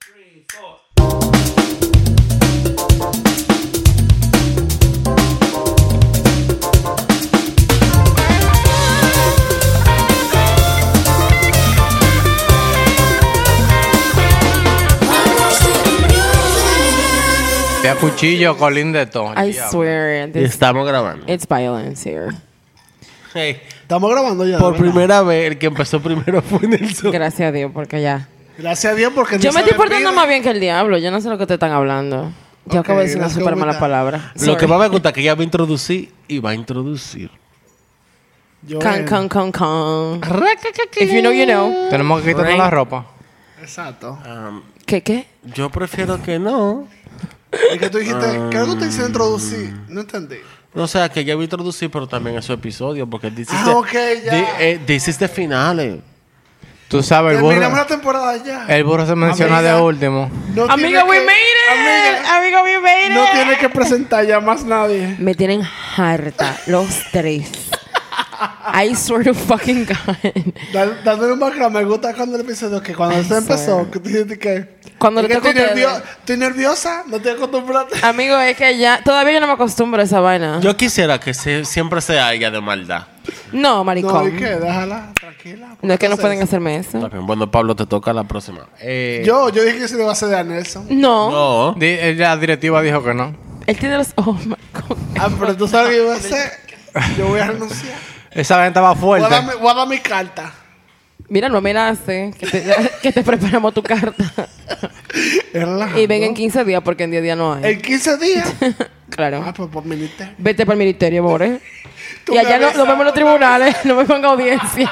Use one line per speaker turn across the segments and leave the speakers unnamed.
three, four.
Te acuchillo, Colín de Tony.
I swear,
Y
this,
estamos grabando.
it's violence here.
Hey,
Estamos grabando ya.
por
¿verdad?
primera vez, el que empezó primero fue Nelson.
Gracias a Dios, porque ya.
Gracias a Dios porque
Yo
no
me
se
estoy portando
despide.
más bien que el diablo. Yo no sé lo que te están hablando. Yo
Ok,
acabo de decir una
let's go
súper
with
mala
that.
palabra.
Lo que
Sorry.
más me gusta es que ella va a introducir y va a introducir.
Yo,
Can,
eh,
can, can, can. If you know, you know.
Tenemos que quitarnos la ropa.
Exacto. Ah.
¿Qué, qué?
Yo prefiero que no.
Y que tú dijiste, creo que tú hiciste introducir. No entendí.
O sea, que ella va a introducir, pero también en su episodio, porque this is
Ah,
the-
ok, ya.
the- eh, this is the finale.
Tú sabes, el
Terminamos
burro,
la temporada ya.
el burro se menciona
Amiga.
de último.
No tiene
Amiga, we
que-
made it.
Amiga,
Amiga, we made it.
no tiene que presentar ya más nadie.
Me tienen harta los tres. I swear to fucking God.
Da- Dándole un background, me gusta cuando el episodio que cuando esto empezó, que tú dijiste que.
Cuando le
que
toca
estoy,
a ustedes.
nervio- estoy nerviosa, no te acostumbraste.
Amigo, es que ya... Todavía yo no me acostumbro a esa vaina.
Yo quisiera que se- siempre sea ella de maldad.
No,
No, ¿y
maricón.
qué? Déjala, tranquila.
No es que no pueden
Entonces,
hacerme eso.
También, bueno, Pablo, te toca la próxima. Eh,
Yo, yo dije que se le va a hacer a Nelson.
No.
No.
Di- eh, La directiva dijo que no.
Él tiene los ojos, maricón.
Ah, pero tú sabes que yo voy a hacer. Yo voy a renunciar.
Esa gente va
Voy a, dar,
fuerte.
mi- voy a dar mi carta.
Mira, no amenace, que te, que te preparamos tu carta. Y ven en 15 días porque en 10 días no hay.
En 15 días.
Claro.
ah, pues por ministerio.
Vete para el ministerio, Bore.
Tú
Y
me
allá no- nos
avisas,
vemos en los
tú
tribunales, no me ponga audiencia.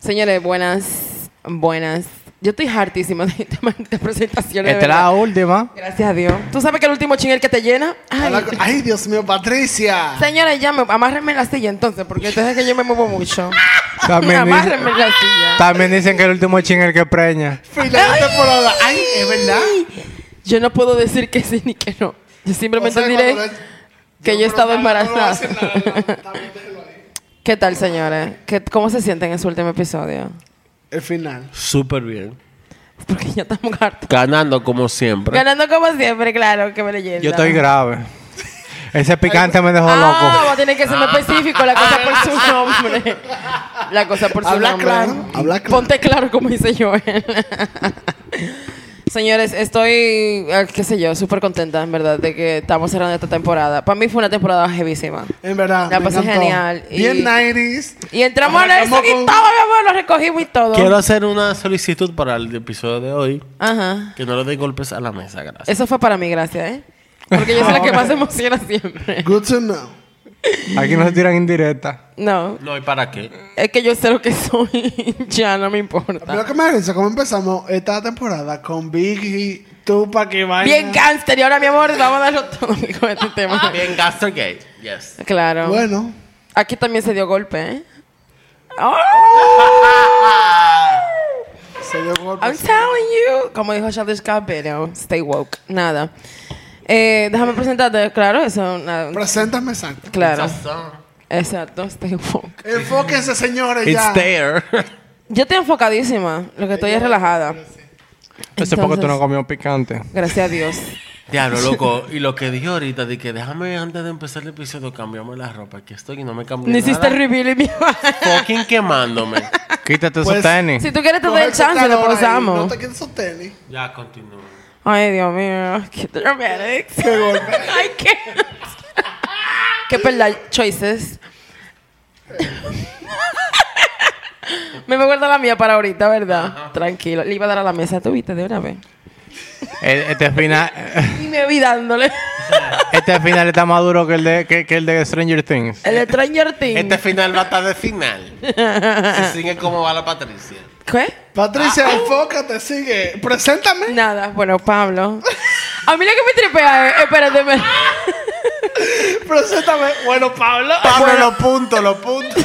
Señores, buenas, buenas. Yo estoy hartísima de, este de presentaciones.
Esta
de
es la
verdad.
última.
Gracias a Dios. ¿Tú sabes que el último ching es el que te llena? Ay,
Ay, ay, Dios mío, Patricia.
señores, ya me, amárrenme la silla entonces, porque entonces es que yo me muevo mucho.
También, dice-
amárrenme la silla.
también dicen que el último ching es el que preña.
Final de temporada. Ay, es verdad.
Yo no puedo decir que sí ni que no. Yo
O
simplemente
sea,
diré
cuando le-
que yo he
pero
estado
no, no voy a
embarazada.
decir nada, no, está bien, déjelo ahí.
¿Qué tal, señores? ¿Qué- ¿Cómo se sienten en su último episodio?
El final.
Súper bien.
Porque ya estamos hartos.
Ganando como siempre.
Ganando como siempre, claro, que me leyenda.
Yo estoy grave. Ese picante me dejó
Ah, va
loco.
a tener que ser más específico la cosa por su nombre. La cosa por su
Ah. Habla
nombre.
claro, habla claro.
Ponte claro como dice Joel. Señores, estoy, eh, qué sé yo, súper contenta, en verdad, de que estamos cerrando esta temporada. Para mí fue una temporada heavísima.
En verdad.
La
me
pasé
encantó.
genial, y-
Bien 90s.
Y entramos a eso
Arrancamos
y todo,
con-
mi amor, lo recogimos y todo.
Quiero hacer una solicitud para el episodio de hoy.
Ajá.
Que no le dé golpes a la mesa, gracias.
Eso fue para mí, gracias, ¿eh? Porque yo soy la que más emociona siempre.
Good to know.
Aquí no se tiran indirectas.
No,
No, ¿y para qué?
es que yo sé lo que soy, ya no me
Pero
importa.
que me avisa cómo empezamos esta temporada con Biggie, Tupac y vaina.
Bien gangster, y ahora, mi amor, vamos a darlo todo con este tema.
Bien, Gaster Gate. Yes.
Claro.
Bueno.
Aquí también se dio golpe, ¿eh? Oh,
Se dio golpe.
I'm telling you. Como dijo Childish Gambino, stay woke. Nada. Eh, déjame presentarte, claro, eso. nada,
Preséntame, Santo.
Claro. Exacto, stay woke.
Enfóquense, señores,
It's
ya.
there.
Yo estoy enfocadísima, lo que estoy es relajada.
Eso es porque tú no
Entonces,
comías picante.
Gracias a Dios.
Diablo, loco. Y lo que dije ahorita, de que déjame antes de empezar el episodio cambiarme la ropa. Que estoy y no me cambié
No hiciste
nada.
reveal en mi
Fucking quemándome.
Quítate esos
Pues,
tenis.
Si tú quieres te doy el
Coge
chance,
calor
después
ahí,
usamos.
No te quites esos tenis.
ya, continúo.
Ay, Dios mío. Qué dramatics.
Qué golpe.
Ay, qué. qué perla choices. Me voy a guardar la mía para ahorita, ¿verdad? Tranquilo. Le iba a dar a la mesa, tú viste, de una vez.
Eh, Este final,
Y me vi dándole.
este final está más duro que el de, que, que el de Stranger Things.
El Stranger Things.
Este final va a estar de final. Se sigue como va la Patricia.
¿Qué? Ah.
Patricia, enfócate, sigue. Preséntame.
Nada. Bueno, Pablo. A mí lo que me tripea es... Espérate, me...
Preséntame. Bueno, Pablo.
Pablo,
Bueno,
los puntos, los puntos.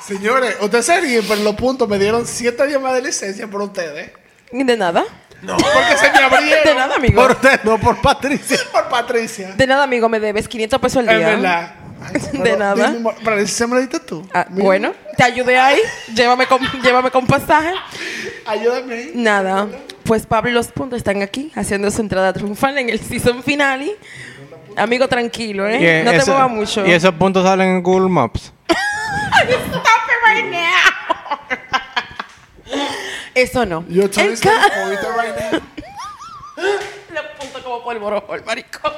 señores, ustedes se ríen, pero los puntos me dieron 7 días más de licencia por ustedes.
De nada.
Porque se me
De
abrieron
nada, amigo.
usted, no por Patricia.
por Patricia.
De nada, amigo. Me debes 500 pesos al
Es
día.
verdad.
De nada.
Pero si se me lo diste tú.
Ah,
Mi-
bueno, te ayudé ahí. llévame, con, llévame con pasaje.
Ayúdame. ahí.
Nada. Pues Pablo y los puntos están aquí haciendo su entrada triunfal en el season finale. Amigo, tranquilo, ¿eh?
Y e-
no te
eso-
muevas mucho.
Y esos puntos salen en Google Maps.
Stop it right now. Eso no.
Your turn
En
is
ca-
over right now.
Le apunto como polvorojo el maricón.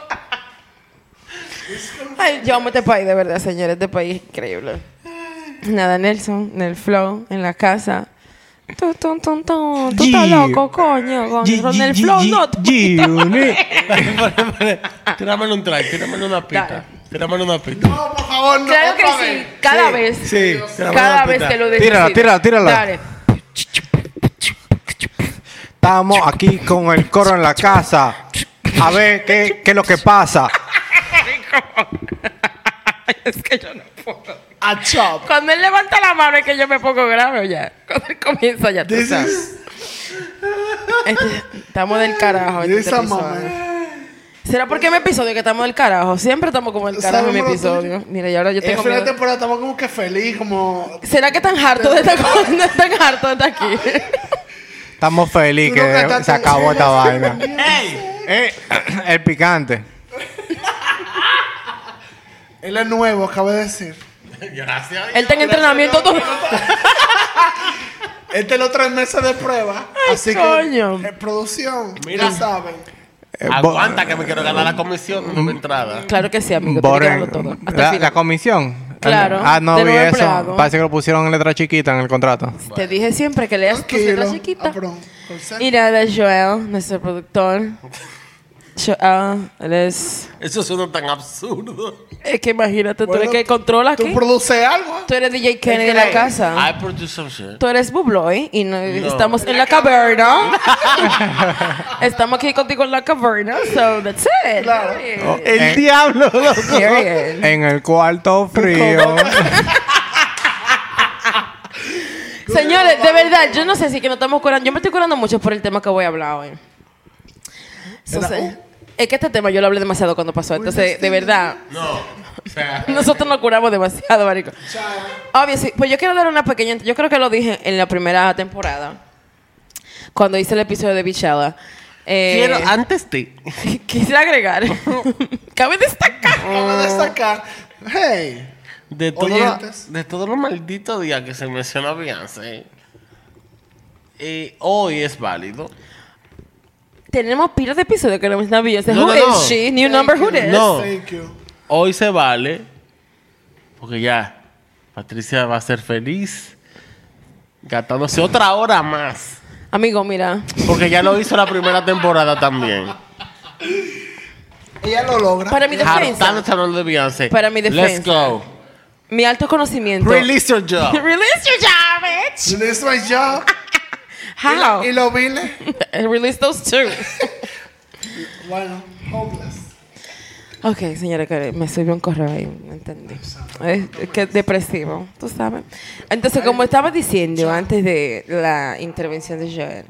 Ay, yo amo este país, de verdad, señores. Este país es increíble. Nada, Nelson, en el flow, en la casa. Tú, tú, tú, tú. Tú estás
G.
loco, coño. Con
G-
con
G-
el
G-
flow,
G-
no. tú-
G-Unit.
Tíramelo un track, tíramelo una
Dale.
pita. Tíramelo una pita.
No, por favor, no.
Claro que
otra
sí,
vez.
cada vez.
sí, te la van
cada
a
vez
pitar.
que lo decides.
Tírala, tírala, tírala.
Dale.
Estamos aquí con el coro en la casa. A ver qué, qué es lo que pasa.
Es que yo no puedo.
A chop.
Cuando él levanta la mano es que yo me pongo grave ya. Cuando él comienza ya, tú
This
sabes.
is,
Este- estamos del carajo. este
this is a
episodio.
moment.
¿Será porque mi episodio que estamos del carajo? Siempre estamos como del carajo en mi
Sabemos lo
episodio. Mira, y ahora yo
En
tengo
fin de
miedo.
temporada estamos como que feliz, como...
¿Será que están hartos de estar con- de estar hartos de estar aquí?
Estamos felices
Tú
que
nunca estás
se
tan-
acabó esta vaina.
¡Ey!
Eh, el picante.
Él es nuevo, acabo de decir.
Gracias.
Él está en entrenamiento todo.
Este es los tres meses de prueba. así
coño.
que... eh, producción,
Mira.
ya saben.
Eh, bo-
Aguanta que me quiero ganar la comisión de mi entrada.
Claro que sí, amigo. tiene que darlo
Boren,
todo. Hasta el
la,
final.
la comisión.
Claro,
Ah, no
de
vi
nuevo
eso.
empleado.
Parece que lo pusieron en letra chiquita en el contrato.
Te dije siempre que leas tus letras
Tranquilo.
chiquitas.
Ah, perdón, consent.
Y nada, Joel, nuestro productor. Joel, él es...
Eso suena tan absurdo.
Es que imagínate, tú eres
Bueno,
que controla aquí.
Tú produces algo.
Tú eres DJ Kenny de la casa.
I produce some shit.
Tú eres Bubloy y no- estamos en la caverna. estamos aquí contigo en la caverna, so that's it.
Claro.
Period.
Eh,
diablo, loco.
Period.
En el cuarto frío.
Señores, de verdad, yo no sé si que nos estamos curando. Yo me estoy curando mucho por el tema que voy a hablar hoy. So, se- es que este tema yo lo hablé demasiado cuando pasó. Entonces, de verdad,
No. O sea,
nosotros nos curamos demasiado, marico. Obvio, sí. Pues yo quiero dar una pequeña... Yo creo que lo dije en la primera temporada, cuando hice el episodio de Bichella. Eh,
quiero antes de.
Quisiera agregar. Cabe destacar.
Acabo de destacar. Hey.
De todo,
Oye,
lo-
antes.
de todos los malditos días que se menciona Beyoncé, eh, hoy es válido.
Tenemos pilas de episodios que no me están viendo.
No,
who
no, no.
is she? New number, who is?
No.
Thank you.
Hoy se vale. Porque ya, Patricia va a ser feliz gastándose otra hora más.
Amigo, mira.
Porque ya lo hizo la primera temporada también.
Ella lo logra.
Para mi defensa,
Hartándose hablando de Beyoncé.
Para mi
Let's
defensa.
go.
mi alto conocimiento.
Release your job.
Release your job, bitch.
This is my job.
How?
Y lo vile.
Release those two.
Bueno, homeless.
ok, señora, que me subió un correo ahí. no Entendí. Es, es que es depresivo, tú sabes. Entonces, como estaba diciendo antes de la intervención de Joel,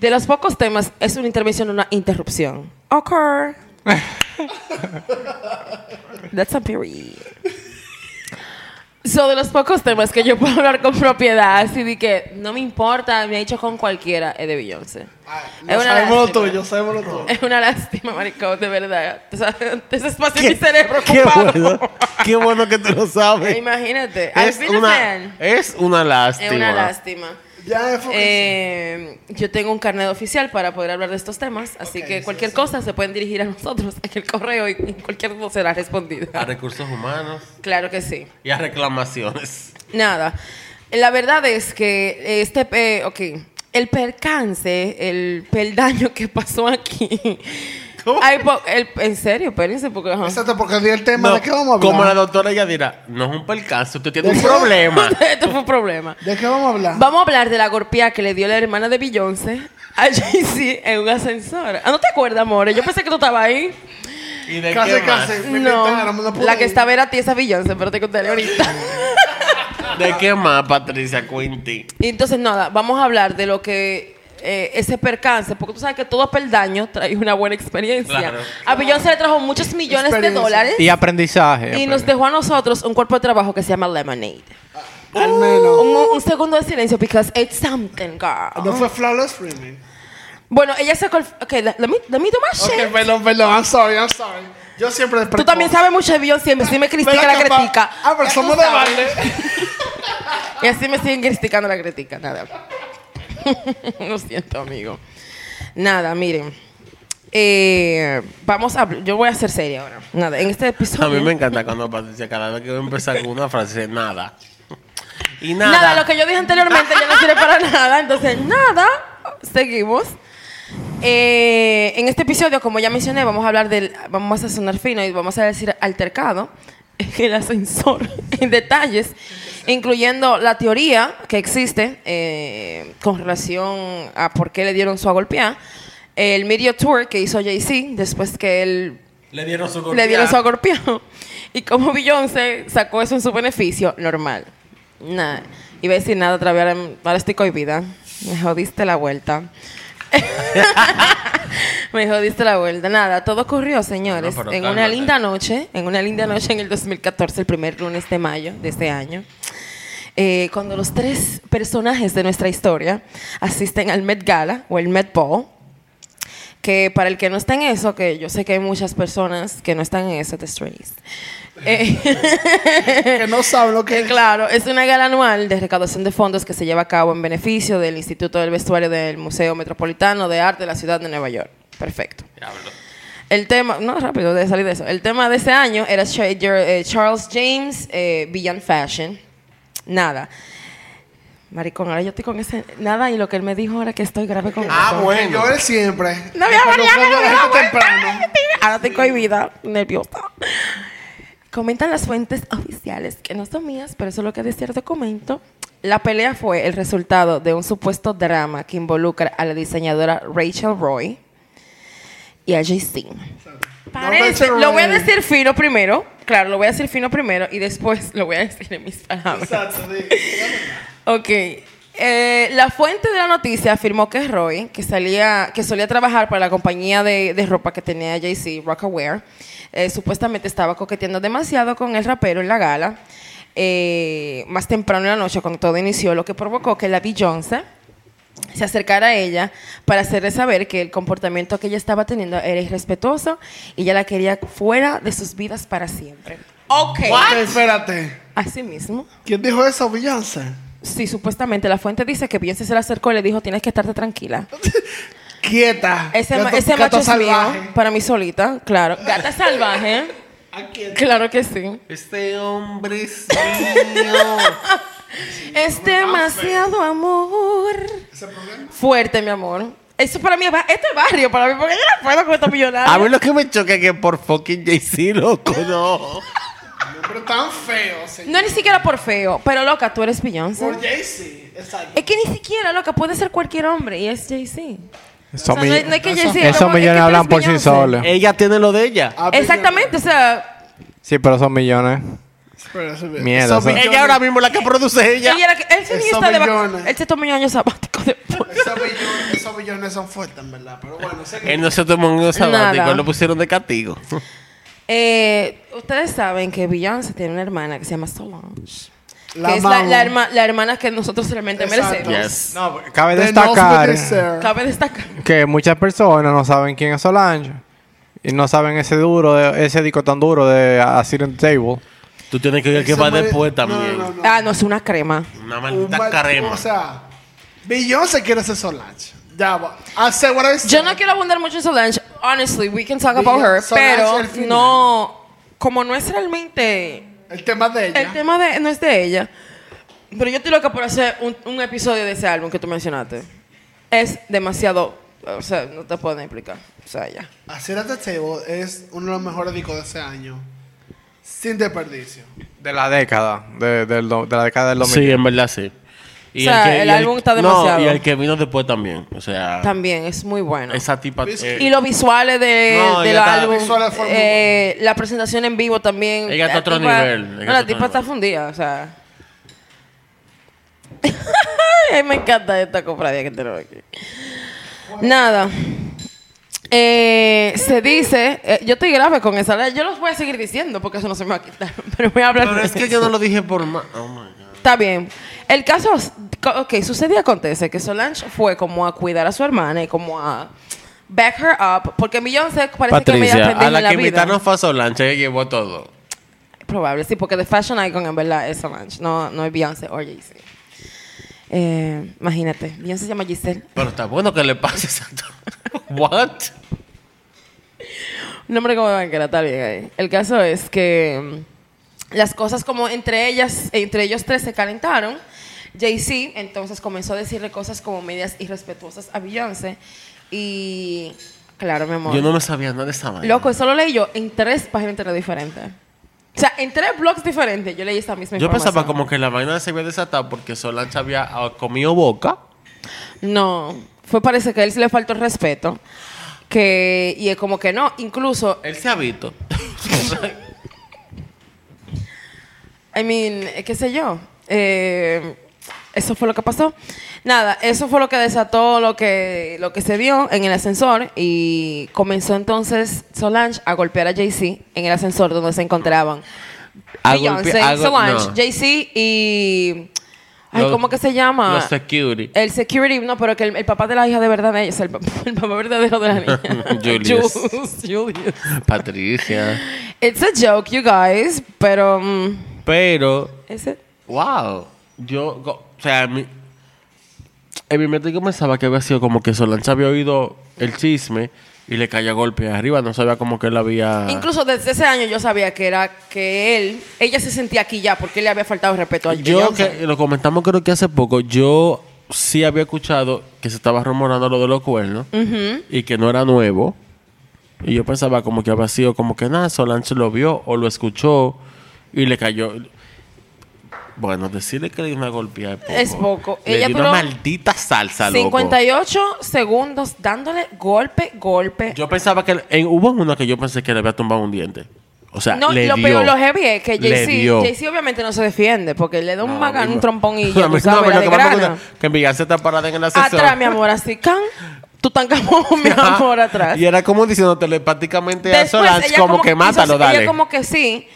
de los pocos temas, es una intervención, una interrupción. Occur. That's a period. So, de los pocos temas que yo puedo hablar con propiedad, así de que no me importa, me ha hecho con cualquiera, es de Beyoncé.
No sabemos Ah, lo tuyo, sabemos lo tuyo.
Es una lástima, maricón, de verdad. O sea, Desespacio en mi
Qué-
cerebro
Qué
ocupado.
bueno, qué bueno que tú lo sabes.
Imagínate. Al
Es
fin
una, es una lástima.
Es una lástima.
Ya enfóquense.
Eh, yo tengo un carnet oficial para poder hablar de estos temas, así que cualquier cosa se pueden dirigir a nosotros en el correo y y cualquier cosa será
A
respondida.
recursos humanos
Claro que sí.
y a reclamaciones.
Nada. La verdad es que este, eh, ok, el percance, el peldaño que pasó aquí.
¿Cómo?
Hay po- el- en serio, espérense, porque. ajá.
Exacto, porque di el tema
No,
de qué vamos a hablar.
Como la doctora ella dirá, no es un percance, usted tiene
¿De
un
qué?
problema.
Esto fue un problema.
¿De qué vamos a hablar?
Vamos a hablar de la golpeada que le dio la hermana de Beyoncé a Jay-Z en un ascensor. Ah, ¿No te acuerdas, amores? Yo pensé que tú estabas ahí.
¿Y de
Casi,
qué más?
casi. Me invitaron, no
No,
pude
la que
ir.
estaba era tiesa Beyoncé, pero te contaré ahorita.
¿De qué más, Patricia Quinty?
Y entonces, nada, vamos a hablar de lo que eh, ese percance, porque tú sabes que todo peldaño trae una buena experiencia.
Claro.
A Beyoncé le trajo muchos millones de
Experiencia.
dólares
Y aprendizaje.
y nos dejó a nosotros un cuerpo de trabajo que se llama Lemonade.
Al menos.
Un, un segundo de silencio, because it's something, girl.
No fue flawless streaming.
Bueno, ella sacó el... Ok, let me, let me do my shit.
Ok, perdón, perdón. I'm sorry, I'm sorry. Yo siempre
Tú también sabes mucho de Beyoncé, y así me critica la critica.
Ah, pero
Ya
somos
tú
de
sabes.
balde.
Y así me siguen criticando la crítica. Nada. Lo siento, amigo. Nada, miren. Eh, vamos a... Yo voy a ser seria ahora. Nada, en este episodio...
A mí me encanta cuando Patricia, cada vez que voy a empezar con una frase, nada. Y nada.
Nada. lo que yo dije anteriormente ya no sirve para nada. Entonces, nada, seguimos. Eh, en este episodio, como ya mencioné, vamos a hablar del. Vamos a sonar fino y vamos a decir altercado en el ascensor, en detalles, incluyendo la teoría que existe eh, con relación a por qué le dieron su agolpeada, el media tour que hizo Jay-Z después que él
Le dieron su
le dieron su agorpiado. Y como Beyoncé sacó eso en su beneficio, normal. Nada. Iba a decir nada otra vez, ahora, ahora estoy cohibida. Me jodiste la vuelta. Me jodiste la vuelta. Nada, todo ocurrió, señores.
No, pero
en una
cálmate.
linda noche, en una linda noche en el 2014, el primer lunes de mayo de este año. eh, cuando los tres personajes de nuestra historia asisten al Met Gala o el Met Ball, que para el que no está en eso, que yo sé que hay muchas personas que no están en eso, de Strays. Eh,
Que no saben lo que
que,
es.
claro, es una gala anual de recaudación de fondos que se lleva a cabo en beneficio del Instituto del Vestuario del Museo Metropolitano de Arte de la Ciudad de Nueva York. Perfecto. El tema, no, rápido, de salir de eso. El tema de ese año era Cha- Jer- eh, Charles James, eh, Villan Fashion. Nada. Maricón, ahora yo estoy con ese. Nada, y lo que él me dijo ahora que estoy grave con
Ah,
eso.
Yo él siempre.
No voy a
Cuando
variar,
ofendo a
no voy
la
a
gente
volver.
temprano.
Ahora estoy cohibida, nerviosa. Comentan las fuentes oficiales, que no son mías, pero eso es lo que decía el documento. La pelea fue el resultado de un supuesto drama que involucra a la diseñadora Rachel Roy y a Jay-Z. Parece-
Rachel
lo voy a
Roy.
decir fino primero, claro, lo voy a decir fino primero y después lo voy a decir en mis palabras.
Exacto, sí.
Ok. Eh, la fuente de la noticia afirmó que Roy, que salía, que solía trabajar para la compañía de, de ropa que tenía Jay-Z, Rockaware, eh, supuestamente estaba coqueteando demasiado con el rapero en la gala, eh, más temprano en la noche cuando todo inició, lo que provocó que la Beyoncé se acercara a ella para hacerle saber que el comportamiento que ella estaba teniendo era irrespetuoso y ella la quería fuera de sus vidas para siempre. Ok.
Ok, espérate.
Así mismo.
¿Quién dijo eso, Beyoncé?
Sí, supuestamente. La fuente dice que Beyoncé se le acercó y le dijo, tienes que estarte tranquila.
Quieta.
Ese,
Gato-
ma- ese
gato
macho es
salvaje.
mío, para mí solita, claro. Gata salvaje, claro que sí.
Este hombre es mío.
Es demasiado amor. Fuerte, mi amor. Eso para mí es ba- este es barrio, para mí, porque yo no puedo con estos
A mí
millonarios.
lo que me choca es que por fucking Jay-Z, loco, no.
Pero tan feo, señor.
No ni siquiera por feo, pero loca, tú eres Beyoncé.
Por Jay-Z. Exacto.
Es que ni siquiera, loca, puede ser cualquier hombre y es Jay-Z. O
Esos
sea, no es- no es que
millones-
Jay-Z,
esos
loco, es que
millones
tú
hablan
eres
por sí
Beyoncé.
solos.
Ella tiene lo de ella.
Ah, pero-
Exactamente, o sea,
Sí, pero son millones.
Pero eso-
Mierda,
esos
o sea.
billones-
Ella ahora mismo es la que produce ella.
ella era que- él se
Esos
está de vacaciones.
millones.
Él se tomó un año sabático después.
Esos billones- esos billones son fuertes, en verdad. Pero bueno, sé que-
Él no se tomó un sabático,
Nada.
lo pusieron de castigo.
Eh, ustedes saben que Beyoncé tiene una hermana que se llama Solange.
La
que es la,
amamos.
la herma- la hermana que nosotros realmente
Exacto.
merecemos.
Yes.
No, cabe
They knows what
destacar
they serve.
Cabe destacar.
que muchas personas no saben quién es Solange. Y no saben ese duro, de- ese disco tan duro de A Certain Table.
Tú tienes que ver qué
Ese
va
hombre-
después
no, no,
también.
no, no.
Ah, no, es una crema.
Una
Un
maldita
mal-
carema.
O sea, Beyoncé quiere ser Solange. Ya va. Hace what I said.
Yo no quiero abundar mucho en Solange. Honestly, we can talk about
Beyoncé,
her.
Solange al
pero
final.
no. Como no es realmente.
El tema de ella.
El tema de, no es de ella. Pero yo estoy loca por hacer un, un episodio de ese álbum que tú mencionaste. Es demasiado. O sea, no te puedo ni explicar. O sea, ya.
Hacer at the Table es uno de los mejores discos de ese año. Sin desperdicio.
De la década, de, del do- de la década del 2000.
Sí, en verdad sí.
O sea, el álbum está demasiado.
No, y el que vino después también. O sea,
También es muy bueno.
esa tipa.
Whisky.
eh,
Y los visuales de,
No,
del
ella está-
álbum.
visuales fueron muy
eh, la presentación en vivo también.
Ella está
La
a otro
tipa-
nivel, ella
no,
está a
la
otro
tipa está
nivel.
fundida, o sea. Ay, me encanta esta cofradía que tenemos aquí. Nada. Eh, se dice, eh, yo estoy grave con esa ley. Yo los voy a seguir diciendo porque eso no se me va a quitar. Pero voy a hablar
Pero
de
es que
eso.
yo no lo dije por más. Oh my God.
Está bien. El caso, ok, sucede y acontece que Solange fue como a cuidar a su hermana y como a back her up, porque Beyoncé parece que es media
Patricia,
pendeja
a la,
en la
que
vida.
invitaron fue a Solange, ella llevó todo.
Probable, sí, porque The Fashion Icon en verdad es Solange, no, no es Beyoncé o Jay-Z. Eh, imagínate, Beyoncé se llama Giselle.
Pero está bueno que le pase exacto. What?
Un Nombre como de banquera, está bien ahí. eh. El caso es que mm, las cosas como entre ellas, entre ellos tres se calentaron. Jay-Z entonces comenzó a decirle cosas como medias irrespetuosas a Beyoncé. Y claro, mi amor.
Yo no me sabía nada de esa vaina.
Loco, eso lo leí yo en tres páginas de internet diferentes. O sea, en tres blogs diferentes yo leí esa misma
Yo
información.
pensaba como que la vaina se había desatado porque Solange había ah, comido boca.
No, fue parece que a él sí le faltó el respeto. Que, y es como que no, incluso
Él se ha visto.
I mean, eh, qué sé yo. Eh, eso fue lo que pasó. Nada, eso fue lo que desató lo que, lo que se dio en el ascensor y comenzó entonces Solange a golpear a Jay-Z en el ascensor donde se encontraban.
A
Beyoncé,
golpear- a gol-
Solange,
no.
Jay-Z y... Ay,
Los-
¿cómo que se llama?
Los security.
El security, no, pero que el, el papá de la hija de verdad de ella, o sea, el, papá, el papá verdadero de la niña.
Julius.
Julius, Julius.
Patricia.
It's a joke, you guys, pero... mm,
Pero,
is it?
wow. Yo, go- o sea, mi, en mi mente yo pensaba que había sido como que Solange había oído el chisme y le caía golpe arriba. No sabía como que él había.
Incluso desde ese año yo sabía que era que él, ella se sentía aquí ya porque le había faltado respeto a
Yo,
Beyoncé.
que lo comentamos creo que hace poco, yo sí había escuchado que se estaba rumorando lo de los cuernos y que no era nuevo. Y yo pensaba como que había sido como que nada, Solange lo vio o lo escuchó y le cayó. Bueno, decirle que le dio una golpeada es poco.
Es poco.
Le
Ella
dio una
duró
maldita salsa, loco.
58 segundos dándole golpe, golpe.
Yo pensaba que... en- hubo una que yo pensé que le había tumbado un diente. O sea,
no,
le
lo
dio.
peor, lo heavy es que
Le
Jay-Z
dio.
Jay-Z obviamente no se defiende porque le da un
No,
magán,
mi
un
ma-
trompón y
No,
ya
mi-
tú
no,
sabes,
pero
la
lo
de
que más me
grana.
gusta es Que en Villarse está parada en el ascensor.
Atrás, mi amor, así, can. Tú tan camón, mi amor, atrás.
Y era como diciendo telepáticamente a
Después,
Solange,
ella
como, que
quiso-
mátalo,
Ella
dale.
como que sí.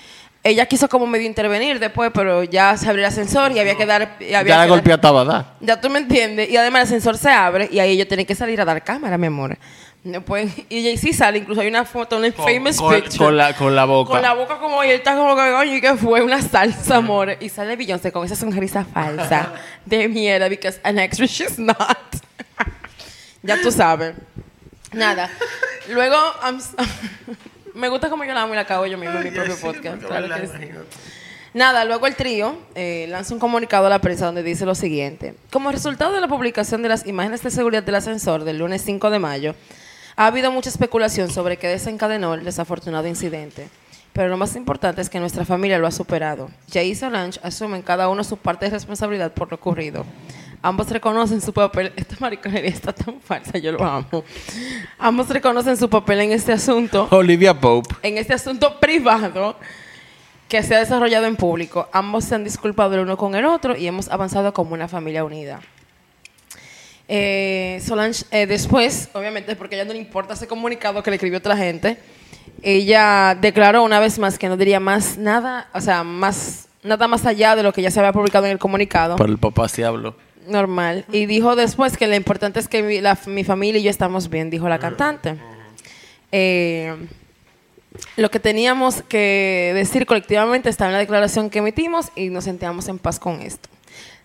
Ella quiso como medio intervenir después, pero ya se abrió el ascensor y había que dar... y había
ya la
que dar-
golpeó a Tabadá.
Ya tú me entiendes. Y además el ascensor se abre y ahí ellos tienen que salir a dar cámara, mi amor. No pueden- y ahí sí sale, incluso hay una foto, una famous picture.
con la, con la boca.
Con la boca como y él está como que coño, ¿y qué fue? Una salsa, amor. Y sale Beyoncé con esa sonrisa falsa de mierda, because an extra she's not. ya tú sabes. Nada. Luego, I'm s- me gusta como yo la amo y la cago yo mismo en mi propio podcast. claro que sí. Nada, luego el trío eh, lanza un comunicado a la prensa donde dice lo siguiente. Como resultado de la publicación de las imágenes de seguridad del ascensor del lunes 5 de mayo, ha habido mucha especulación sobre qué desencadenó el desafortunado incidente. Pero lo más importante es que nuestra familia lo ha superado. Jay y Solange asumen cada uno su parte de responsabilidad por lo ocurrido. Ambos reconocen su papel. Esta mariconería está tan falsa, yo lo amo. Ambos reconocen su papel en este asunto
Olivia Pope.
en este asunto privado que se ha desarrollado en público. Ambos se han disculpado el uno con el otro y hemos avanzado como una familia unida. Eh, Solange, eh, después, obviamente, porque a ella no le importa ese comunicado que le escribió otra gente, ella declaró una vez más que no diría más nada, o sea, más, nada más allá de lo que ya se había publicado en el comunicado.
Para el papá sí habló.
Normal. Y dijo después que lo importante es que mi, la- mi familia y yo estamos bien, dijo la cantante. Eh, lo que teníamos que decir colectivamente está en la declaración que emitimos y nos sentíamos en paz con esto.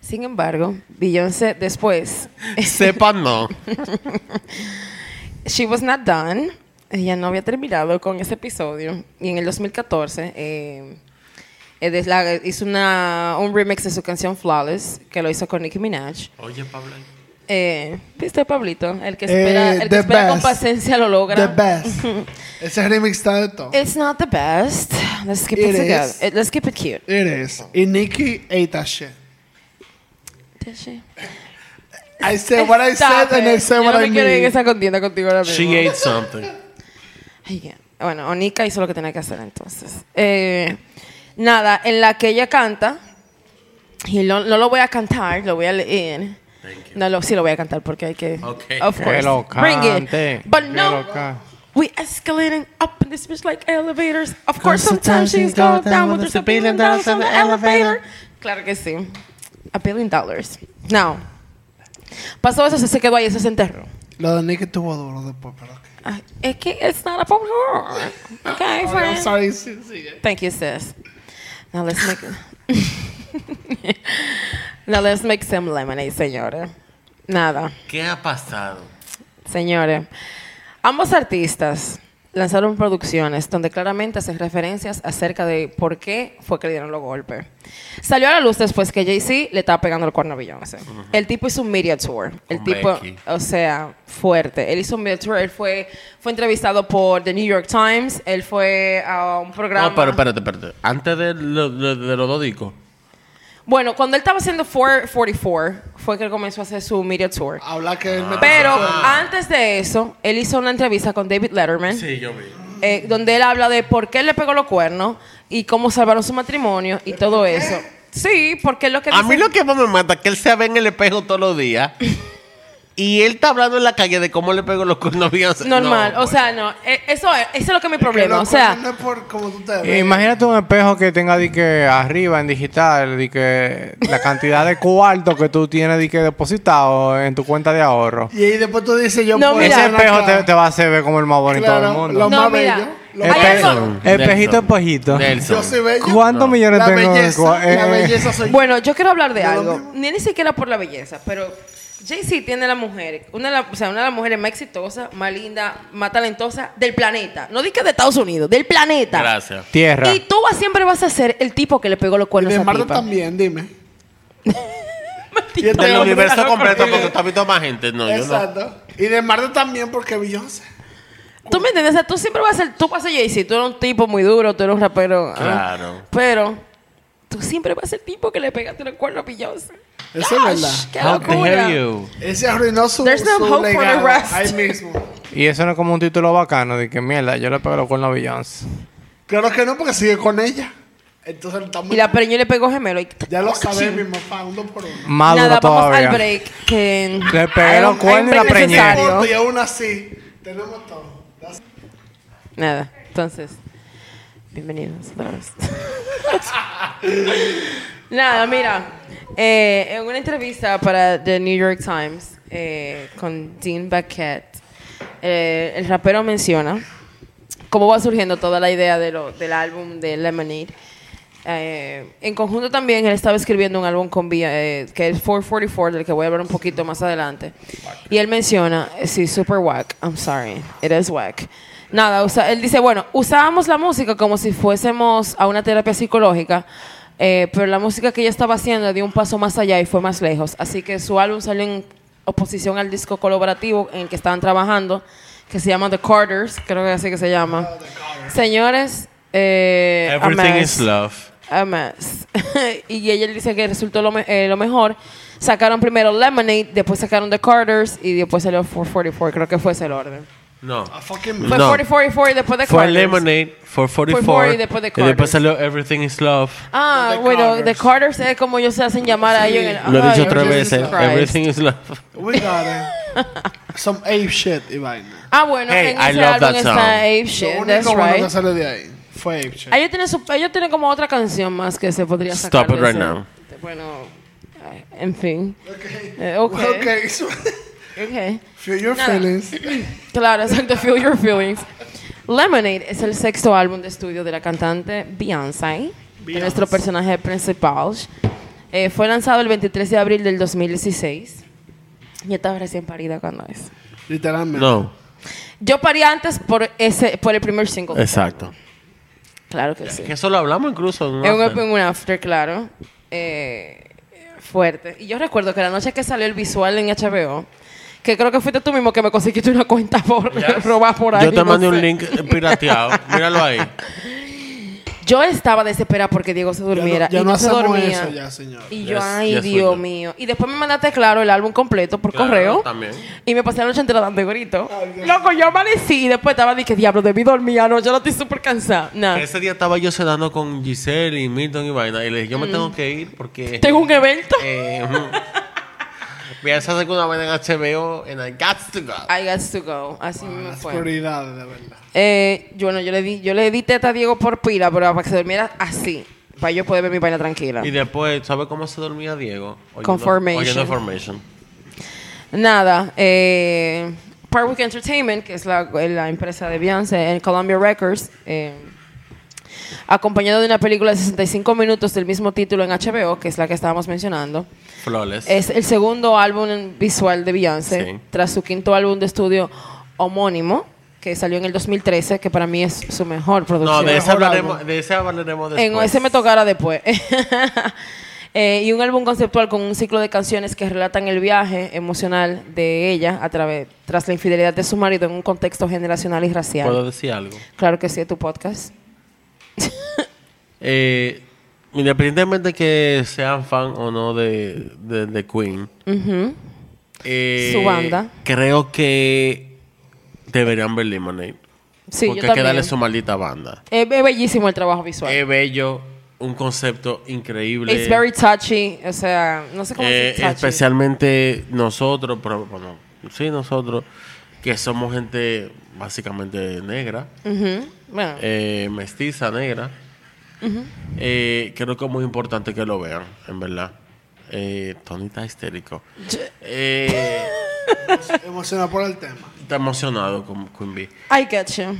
Sin embargo, Beyoncé después,
Sepan no.
she was not done. Ella no había terminado con ese episodio. Y en el 2014 eh, eh, des- la- hizo una, un remix de su canción Flawless, que lo hizo con Nicki Minaj.
Oye, Pablo.
Eh, ¿Viste, Pablito? El que espera, el
Eh,
que
the
espera con
best.
paciencia lo logra.
The best. Ese remix está de todo.
It's not the best. Let's keep it,
It
together.
is.
Eh, Let's keep it cute.
It is. Y Nicki ate that shit.
Did she?
I said what I
Stop
said and I
it.
said
Yo
what
no
I
me quiero ir en
mean.
esa contienda contigo ahora mismo.
She ate something.
Ay, ya. Bueno, Onika hizo lo que tenía que hacer entonces. Eh, nada, en la que ella canta, y no, no lo voy a cantar, lo voy a leer. No, lo, sí lo voy a cantar porque hay que.
Ok.
Of
Que
course.
lo
Bring
cante,
it. But
que
no.
lo ca-
We escalating up in this bitch like elevators. Of course, sometimes things go down when there's a billion dollars on the elevator. Claro que sí. A billion dollars. Now. Pasó eso, se quedó ahí, eso se enterró.
Lo de Nick estuvo duro después, pero. ok.
Ah, Es que it's not about her. Okay,
Oh, I'm
friend.
sorry, sí, sigue.
Thank you, sis. Now let's make Now let's make some lemonade, señores. Nada,
¿Qué ha pasado?
señores. Ambos artistas lanzaron producciones donde claramente hacen referencias acerca de por qué fue que le dieron los golpes. Salió a la luz después que Jay-Z le estaba pegando el cuerno a Beyoncé. El tipo hizo un media tour. El
Con
tipo,
Becky.
o sea, fuerte. Él hizo un media tour. Él fue, fue entrevistado por The New York Times. Él fue a un programa.
No, pero espérate, espérate. Antes de, lo- lo- de los dos discos.
Bueno, cuando él estaba haciendo 444, fue que él comenzó a hacer su media tour.
Habla que él me.
Pero
Ah.
antes de eso, él hizo una entrevista con David Letterman,
Sí, yo vi.
eh, donde él habla de por qué él le pegó los cuernos y cómo salvaron su matrimonio y todo eso. Sí, porque es lo que
A
dice-
mí lo que más me mata es que él se ve en el espejo todos los días. y él está hablando en la calle de cómo le pegó los cuernos a Beyoncé.
Normal,
No,
o sea, no, eh, eso, es, eso es lo que es mi
Que
problema,
lo
o sea...
confunde por como tú te ves.
Imagínate un espejo que tenga di que arriba en digital, di que la cantidad de cuarto que tú tienes di que depositado en tu cuenta de ahorro.
Y ahí después tú dices, yo
No,
puedo
mira.
Ese
hacer una
espejo te,
cara.
te va a hacer ver como el más bonito
Claro,
del mundo.
lo
No,
No,
más
mira,
bello, lo
hay
más
algo-
bello.
Espejito, espejito.
Nelson.
Yo soy bello.
¿Cuántos millones
La
tengo? en el
belleza,
cua-
la
eh,
belleza soy
Bueno, yo quiero hablar de
Yo lo
algo.
mismo.
Ni, ni siquiera por la belleza, pero Jay-Z tiene la mujer, una de, la- o sea, una de las mujeres más exitosas, más linda, más talentosa del planeta. No digas de Estados Unidos, del planeta.
Gracias.
Tierra.
Y tú vas- siempre vas a ser el tipo que le pegó los
yo.
cuernos
Y
a
de Marta
tipa.
también, dime.
Maldito.
Y este
Del
hombre-
universo completo, porque tú has visto más gente. No, yo no.
Exacto. Y de Marta también porque Beyoncé.
Tú me entiendes, o sea, tú siempre vas a ser, tú vas a ser Jay-Z, tú eres un tipo muy duro, tú eres un rapero. ah,
Claro.
Pero tú siempre vas a ser el tipo que le pegaste los cuernos a Beyoncé.
Eso
Gosh,
es verdad.
Qué locura.
Él se arruinó su,
There's no
su
hope for the
legado
rest.
ahí mismo.
Y eso no es como un título bacano, de que mierda, yo le pego los cuernos a Beyoncé.
Claro que no, porque sigue con ella. Entonces estamos...
Y la Pereño le pegó gemelo. y-
Ya lo sabes, mi papá, uno por uno.
Más duro
Nada, vamos
todavía.
al break. Que
Le pegué los
Hay un-
cuernos y
hay
la
un break
preñé.
No
necesario.
importa, Y aún así, tenemos todo. That's-
Nada, entonces, bienvenidos todos. Nada, mira, eh, en una entrevista para The New York Times eh, con Dean Baquet, eh, el rapero menciona cómo va surgiendo toda la idea de lo- del álbum de Lemonade. Eh, en conjunto también él estaba escribiendo un álbum con Vía, eh, que es 444, del que voy a hablar un poquito más adelante. Y él menciona, eh, sí, super whack, I'm sorry, it is whack. Nada, o sea, él dice, bueno, usábamos la música como si fuésemos a una terapia psicológica, eh, pero la música que ella estaba haciendo dio un paso más allá y fue más lejos. Así que su álbum salió en oposición al disco colaborativo en el que estaban trabajando, que se llama The Carters, creo que así que se
Oh,
llama. Señores, eh, a
Everything
mess.
is love.
A más. y ella dice que resultó lo, me- eh, lo mejor. Sacaron primero Lemonade, después sacaron The Carters y después salió 444. Creo que fue ese el orden.
No.
A fucking
Fue
No.
444 y después The
Fue
Carters.
Lemonade, fue
Fue
44.
y después de
y después
Carters.
salió Everything is love.
Ah,
The
bueno, The
Carters.
Carters es como ellos se hacen llamar a ellos. en el-
Lo he
Ay,
dicho tres
Ah, Jesus
veces.
Christ.
Everything is love.
We got it. Some ape shit y vaina.
Ah, bueno,
Hey,
en
I
ese
love
álbum
that song.
está Ape Shit,
Lo
that's
único bueno que
right.
sale de ahí fue ape shit.
Ellos tienen, su- ellos tienen como otra canción más que se podría sacar.
Stop it
de
right
ese-
now.
Bueno, ay, en fin.
Ok.
Eh, ok.
Ok. so-
Ok.
Feel your
Nada.
feelings.
Claro, exacto, Feel Your Feelings. Lemonade es el sexto álbum de estudio de la cantante Beyoncé, de nuestro personaje principal. Eh, fue lanzado el 23 de abril del 2016. Yo estaba recién parida cuando es.
Literalmente.
No.
Yo parí antes por ese, por el primer single.
Exacto.
Claro que sí.
Que eso lo hablamos incluso. ¿no?
En un, en un after, claro. Eh, fuerte. Y yo recuerdo que la noche que salió el visual en HBO, que creo que fuiste tú mismo que me conseguiste una cuenta por robar por ahí.
Yo te
no
mandé un
sé.
link eh, pirateado. Míralo ahí.
Yo estaba desesperada porque Diego se durmiera.
ya
y
no
no se
hacemos
dormía.
eso ya, señor.
Y
Ya
yo,
es-
ay,
ya es
Dios
sueño.
mío. Y después me mandaste, claro, el álbum completo por
Claro,
correo.
también.
Y me pasé la noche entera dando gritos. Loco, yo amanecí y después estaba, dije, diablo, debí dormir anoche, yo no estoy súper cansada. Nah.
Ese día estaba yo sedando con Giselle
Mm.
y Milton y vaina. Y le dije, yo me tengo que ir porque.
Tengo un evento.
eh, Mira, se hace una vez en HBO en I Got to Go.
I got to go. Así me
Las
fue.
prioridades, de verdad.
Eh, yo, bueno, yo le di, yo le di teta a Diego por pila, pero para que se durmiera así. Para yo poder ver mi vaina tranquila.
Y después, ¿sabes cómo se dormía Diego? Oyendo-
Con Formation.
Oyendo Formation.
Nada, eh, Parkwick Entertainment, que es la, la empresa de Beyoncé en Columbia Records, eh, acompañado de una película de 65 minutos del mismo título en HBO, que es la que estábamos mencionando,
Flores.
es el segundo álbum visual de Beyoncé,
Sí.
tras su quinto álbum de estudio homónimo, que salió en el 2013, que para mí es su mejor
no,
producción.
de ese,
Mejor
hablaremos,
álbum.
de ese hablaremos después.
En ese me tocará después. Eh, y un álbum conceptual con un ciclo de canciones que relatan el viaje emocional de ella a través tras la infidelidad de su marido en un contexto generacional y racial.
¿Puedo decir algo?
Claro que sí, es tu podcast.
Eh, independientemente que sean fan o no de, de- de Queen.
Ujú.
eh,
Su banda.
Creo que deberían ver Lemonade.
Sí,
porque
yo
hay que
también.
darle su Eh, maldita banda.
Eh, es bellísimo el trabajo visual.
Es bello, un concepto increíble.
It's very touchy, o sea, no sé cómo
Eh,
decir touchy.
especialmente nosotros, pero, bueno, sí, nosotros, que somos gente básicamente negra,
Ujú. Bueno,
eh, mestiza negra, eh, creo que es muy importante que lo vean, en verdad. Eh, Tony está histérico. Eh,
Emocionado por el tema.
está emocionado con Queen Bee.
I get you.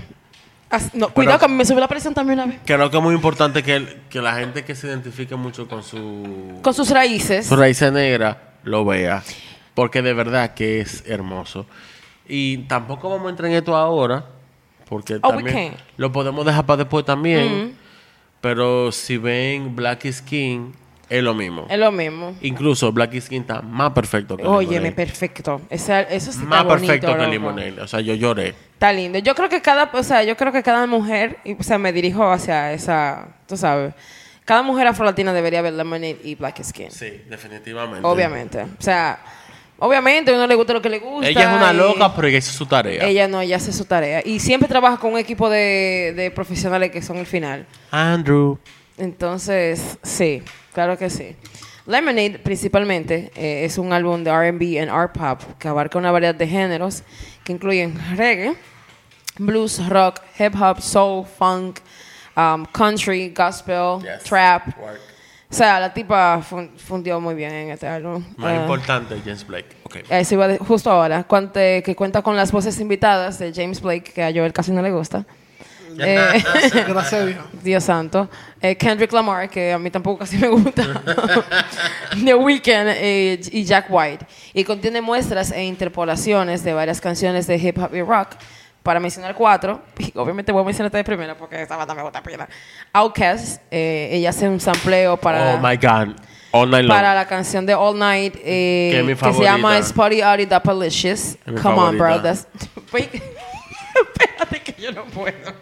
As- no, cuidado que a mí me subió la presión también una vez.
Creo que es muy importante que, el- que la gente que se identifique mucho con su,
Con sus raíces.
su raíz negra lo vea. Porque de verdad que es hermoso. Y tampoco vamos a entrar en esto ahora. Porque
Oh, we
también
can't. Mm-hmm.
lo podemos dejar para después también. Pero si ven Black Skin, es lo mismo.
Es lo mismo.
Incluso Black Skin está más perfecto que
Óyeme,
Lemonade.
perfecto. Esa- eso sí
Más
está bonito,
perfecto que
loco.
Limonel. O sea, yo lloré.
Está lindo. Yo creo que cada, o sea, yo creo que cada mujer, y, o sea, me dirijo hacia esa, tú sabes, cada mujer afrolatina debería ver Lemonade y Black Skin.
Sí, definitivamente.
obviamente. O sea, obviamente a uno le gusta lo que le gusta.
Ella es una
y
loca, pero ella hizo su tarea.
Ella no, ella hace su tarea. Y siempre trabaja con un equipo de, de profesionales que son el final.
Andrew.
Entonces, sí, claro que sí. Lemonade, principalmente, eh, es un álbum de RB y R-pop que abarca una variedad de géneros que incluyen reggae, blues, rock, hip hop, soul, funk, um, country, gospel,
Yes.
trap.
Work.
O sea, la tipa fun- fundió muy bien en este álbum.
Más
Eh,
importante, James Blake. Ok.
a Eso iba de- justo ahora, cuante- que cuenta con las voces invitadas de James Blake, que a Joel casi no le gusta. Eh,
Gracias a Dios.
Dios santo. Eh, Kendrick Lamar, que a mí tampoco casi me gusta. The Weeknd eh, y Jack White. Y contiene muestras e interpolaciones de varias canciones de hip hop y rock. Para mencionar cuatro, y obviamente voy a mencionar esta de primera porque esta banda me gusta pila. Outkast, eh, ella hace un sampleo para,
Oh my God. All night long.
para la canción de All Night eh,
Que es mi
que se llama
favorita.
Spotty Out It Delicious.
Es mi
Come on, bro.
favorita.
That's... Espérate que yo no puedo.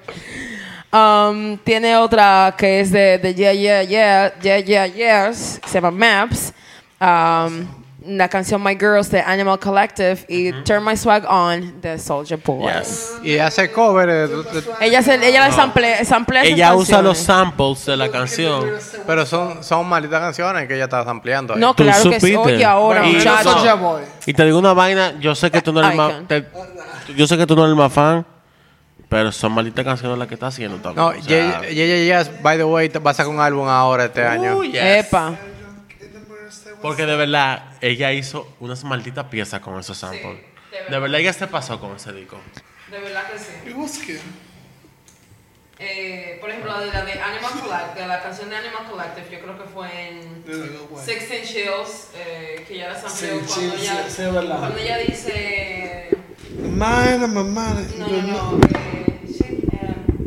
Um, tiene otra que es de, de Yeah, Yeah, Yeah, Yeah, Yeah, Yes, que se llama Maps. Um, la canción My Girls de Animal Collective y Turn My Swag On de Soldier Boy.
Yes.
Y hace cover. eh, de- de-
Ella, se, ella la sample- samplea esas
Ella usa
canciones.
los samples de la canción.
pero son, son malditas canciones que ella está ampliando.
No,
Tú
claro que sí.
supiste.
Oye, ahora,
Bueno, y
muchachos.
nosotros-
Soulja Boy.
Y te digo una vaina, yo sé que tú no eres
Icon.
más, te- yo sé que tú no eres más fan, pero son malditas canciones las que está haciendo también.
No,
o sea.
Ye- Ye- Ye- Yes, by the way, te- va a sacar un álbum ahora este año.
Uh, yes.
Epa.
Porque de verdad, ella hizo unas malditas piezas con esos samples. de verdad, ella se pasó con ese disco.
De verdad que sí.
Y busque.
Eh, por ejemplo, la de, la de Animal Collective, la canción de Animal Collective, yo creo que fue en Six Inch Hills, eh, que ya la sampleó
Sí,
cuando,
sí,
ella,
sí, sí, es verdad.
cuando ella dice...
Mine, my mine.
No, no, no, eh, she, um,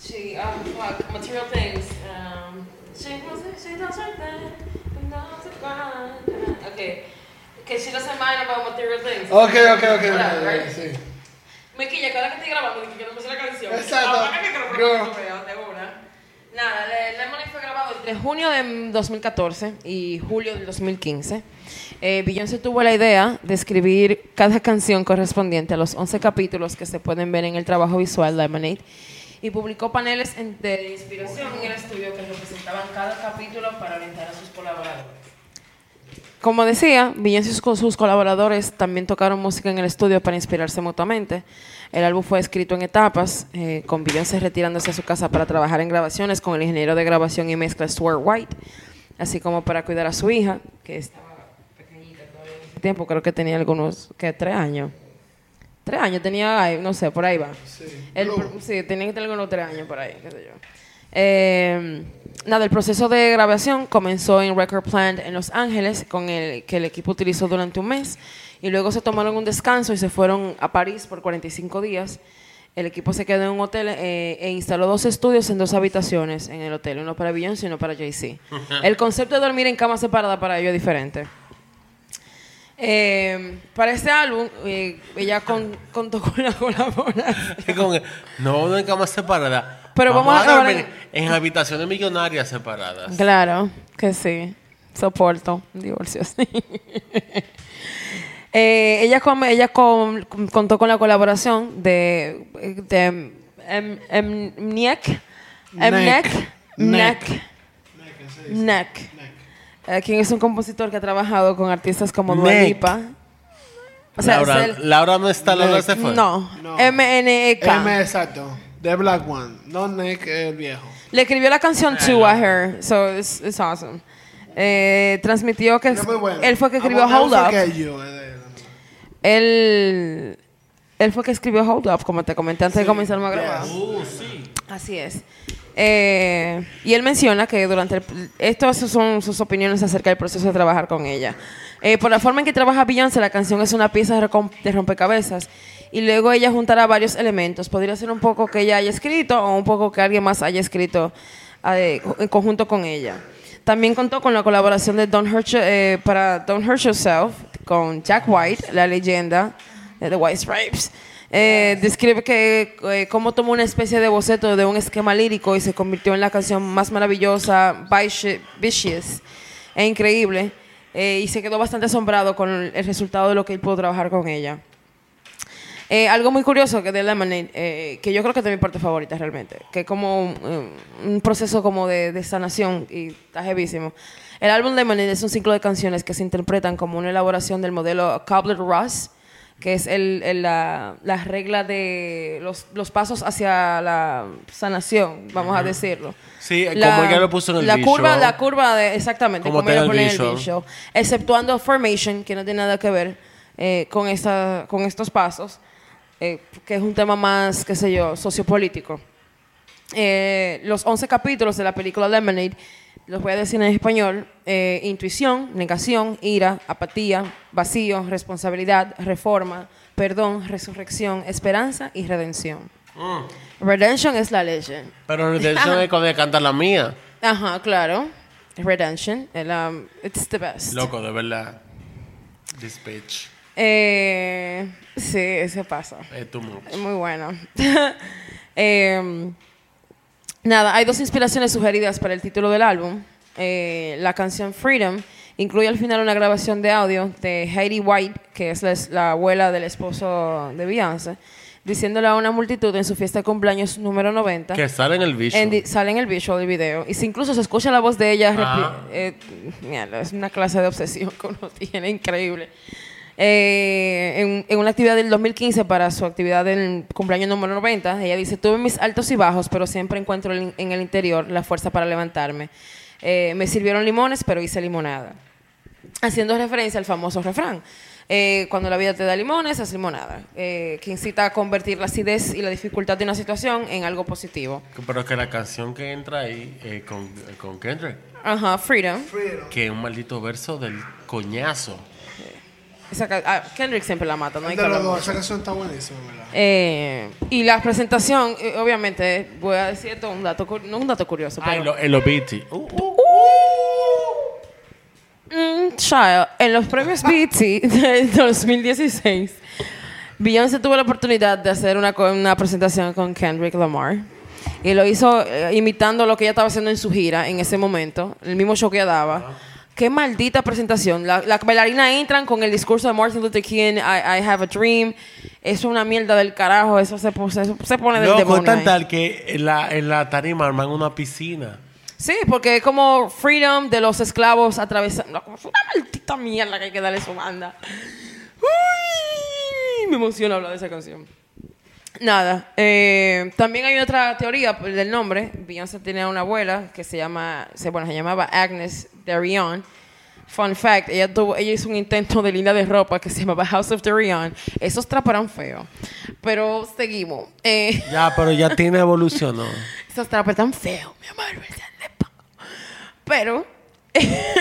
she, oh, fuck, Material Things. Um, she was, she does her thing, but not to grind. Okay, ah, que she doesn't mind about Material Things.
Ok, ok, ok.
Whatever,
ok,
right?
sí.
Miquilla, que ahora que estoy grabando, que quiero empezar la canción.
Exacto.
Apaga el micrófono,
Go.
que no te veo, de una. Nada, Le- Lemonade fue grabado entre junio de 2014 y julio del 2015. Eh, Beyoncé tuvo la idea de escribir cada canción correspondiente a los 11 capítulos que se pueden ver en el trabajo visual Lemonade y publicó paneles en- de inspiración en el estudio que representaban cada capítulo para orientar a sus colaboradores. Como decía, Beyoncé y sus- sus colaboradores también tocaron música en el estudio para inspirarse mutuamente. El álbum fue escrito en etapas, eh, con Beyoncé retirándose a su casa para trabajar en grabaciones con el ingeniero de grabación y mezcla Stuart White, así como para cuidar a su hija, que estaba pequeñita todavía en ese tiempo, creo que tenía algunos, que tres años. Tres años tenía, ay, no sé, por ahí va. Sí, sí tenía que tener algunos tres años por ahí, qué sé yo. Eh, nada, el proceso de grabación comenzó en Record Plant en Los Ángeles, con el que el equipo utilizó durante un mes, y luego se tomaron un descanso y se fueron a París por 45 días. El equipo se quedó en un hotel eh, e instaló dos estudios en dos habitaciones en el hotel, uno para Beyoncé y uno para Jay-Z. El concepto de dormir en cama separada para ellos es diferente. Eh, para este álbum, eh, ella con- contó con una colaboración.
Es como que, no, no en camas separadas.
Pero vamos a acabar
dormir en... habitaciones millonarias separadas.
Claro, que sí. Soporto divorcios. Eh, ella com- ella com- contó con la colaboración de, de em, em, em- Mniek, Mnek, Mnek, Mnek, eh, quien es un compositor que ha trabajado con artistas como Dua
Mnek.
Lipa. O sea,
Laura,
es el-
Laura no está, Laura se fue.
no, E
No.
MNEK.
M, E exacto. The Black One. No Nick, el viejo.
Le escribió la canción To a Her, so it's, it's awesome. Eh, transmitió que
Es muy bueno.
él fue que
I
escribió
will never
Hold Up.
forget you, es eh, de él.
Él, él fue que escribió Hold Up, como te comenté antes de comenzar a grabar.
Uh, sí.
Así es. Eh, y él menciona que durante el, esto sus- son sus opiniones acerca del proceso de trabajar con ella. Eh, por la forma en que trabaja Beyoncé, la canción es una pieza de recom- de rompecabezas y luego ella juntará varios elementos. Podría ser un poco que ella haya escrito o un poco que alguien más haya escrito eh, en conjunto con ella. También contó con la colaboración de Don't Hurt Your- eh, para Don't Hurt Yourself con Jack White, la leyenda de The White Stripes. Eh, describe que eh, cómo tomó una especie de boceto de un esquema lírico y se convirtió en la canción más maravillosa, vici- vicious e increíble. eh, y se quedó bastante asombrado con el resultado de lo que él pudo trabajar con ella. Eh, algo muy curioso que de Lemonade, eh, que yo creo que es de mi parte favorita realmente, que es como un, un proceso como de, de sanación y está heavísimo. El álbum Lemonade es un ciclo de canciones que se interpretan como una elaboración del modelo Cobbler-Ross, que es el, el- la, la regla de los, los pasos hacia la sanación, vamos a decirlo.
Sí, eh, como ella lo puso en el
la
visual.
curva, La curva, de, exactamente,
Como
como, ella
está en el
pone en el
visual.
visual. Exceptuando Formation, que no tiene nada que ver eh, con, esta, con estos pasos, eh, que es un tema más, qué sé yo, sociopolítico. Eh, los 11 capítulos de la película Lemonade, los voy a decir en español, eh, intuición, negación, ira, apatía, vacío, responsabilidad, reforma, perdón, resurrección, esperanza y redención. Redemption es la ley.
Pero Redemption es cuando canta la mía.
Ajá, claro. Redemption, el, um, it's the best.
Loco, de verdad. This bitch.
Eh, sí, ese pasa.
Eh,
Es too much.
Es muy bueno. Eh, nada, hay dos inspiraciones sugeridas para el título del álbum. Eh, la canción Freedom incluye al final una grabación de audio de Heidi White, que es la, la abuela del esposo de Beyoncé, diciéndole a una multitud en su fiesta de cumpleaños número 90.
Que sale en el visual.
En di- sale en el visual del video. Y si incluso se escucha la voz de ella, repli-
Ah.
eh, mierda, es una clase de obsesión que uno tiene, increíble. Eh, en, en una actividad del 2015 para su actividad del cumpleaños número 90, ella dice, tuve mis altos y bajos, pero siempre encuentro en, en el interior la fuerza para levantarme. Eh, me sirvieron limones, pero hice limonada haciendo referencia al famoso refrán. eh, cuando la vida te da limones, haz limonada, eh, que incita a convertir la acidez y la dificultad de una situación en algo positivo.
Pero que la canción que entra ahí eh, con, eh, con Kendrick,
Ajá, Freedom.
que es un maldito verso del coñazo.
Esa ca- ah, Kendrick siempre la mata, no hay
Es
que
de los
hablar
dos.
mucho.
Esa canción está buenísima, ¿verdad?
Eh, y la presentación, eh, obviamente, voy a decir esto, un dato, cu- no un dato curioso,
Ah,
pero...
en lo- en los BT. Uh, uh.
Mm, child, en los premios BT del 2016, Beyoncé tuvo la oportunidad de hacer una, co- una presentación con Kendrick Lamar. Y lo hizo eh, imitando lo que ella estaba haciendo en su gira en ese momento, el mismo show que ella daba. Qué maldita presentación. La- Las bailarinas entran con el discurso de Martin Luther King, I, I have a dream. Eso es una mierda del carajo, eso se, pone- eso se pone del
Loco,
demonio.
es tan
ahí.
tal que en la, en la tarima arman una piscina.
Sí, porque es como freedom de los esclavos atravesando. Como una maldita mierda que hay que darle a su banda. Uy, me emociona hablar de esa canción. Nada. eh, también hay otra teoría del nombre. Beyoncé tenía una abuela que se llama, se, bueno, se llamaba Agnes Darion. Fun fact, ella, tuvo, ella hizo un intento de línea de ropa que se llamaba House of Darion. Esos traparán feo. Pero seguimos. Eh,
Ya, pero ya tiene evolucionó.
esos trapas tan feos, mi amor. ¿verdad? Pero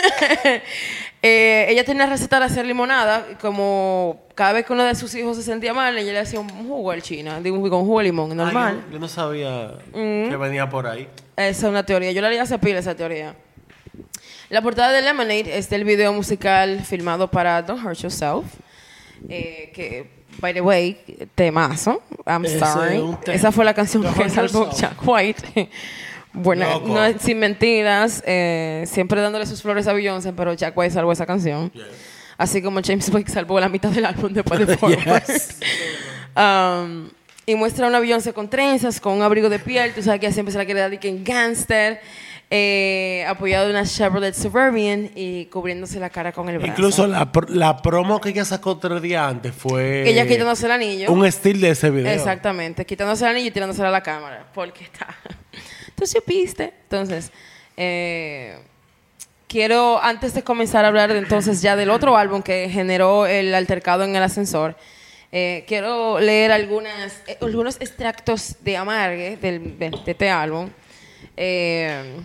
eh, ella tenía receta de hacer limonada. y Como cada vez que uno de sus hijos se sentía mal, ella le hacía un jugo al china. Digo, un jugo- un jugo de limón normal. Mm.
Ah, yo, yo no sabía que venía por ahí.
Esa es una teoría. Yo la haría hace pila esa teoría. La portada de Lemonade es del video musical filmado para Don't Hurt Yourself. eh, que, by the way, temazo. I'm
Ese
sorry.
es un tema.
Esa fue la canción
Don't
que
Hurt
salvó
Yourself.
Jack White. Buena,
Loco.
no es- sin mentiras, eh, siempre dándole sus flores a Beyoncé, pero Jack White salvó esa canción. Así como James Blake salvó la mitad del álbum después de Forward. Um, y muestra una Beyoncé con trenzas, con un abrigo de piel. Tú sabes que ella siempre se la quiere dar de que en gangster. eh, apoyado de una Chevrolet Suburban y cubriéndose la cara con el brazo.
Incluso la, pr- la promo que ella sacó tres días antes fue.
Que ella quitándose el anillo.
Un estilo de ese video.
Exactamente, quitándose el anillo y tirándosela a la cámara, porque está. Tú supiste. Entonces, eh, quiero, antes de comenzar a hablar de, entonces ya del otro álbum que generó el altercado en el ascensor, eh, quiero leer algunas, eh, algunos extractos de Amargue del, de, de este álbum. eh,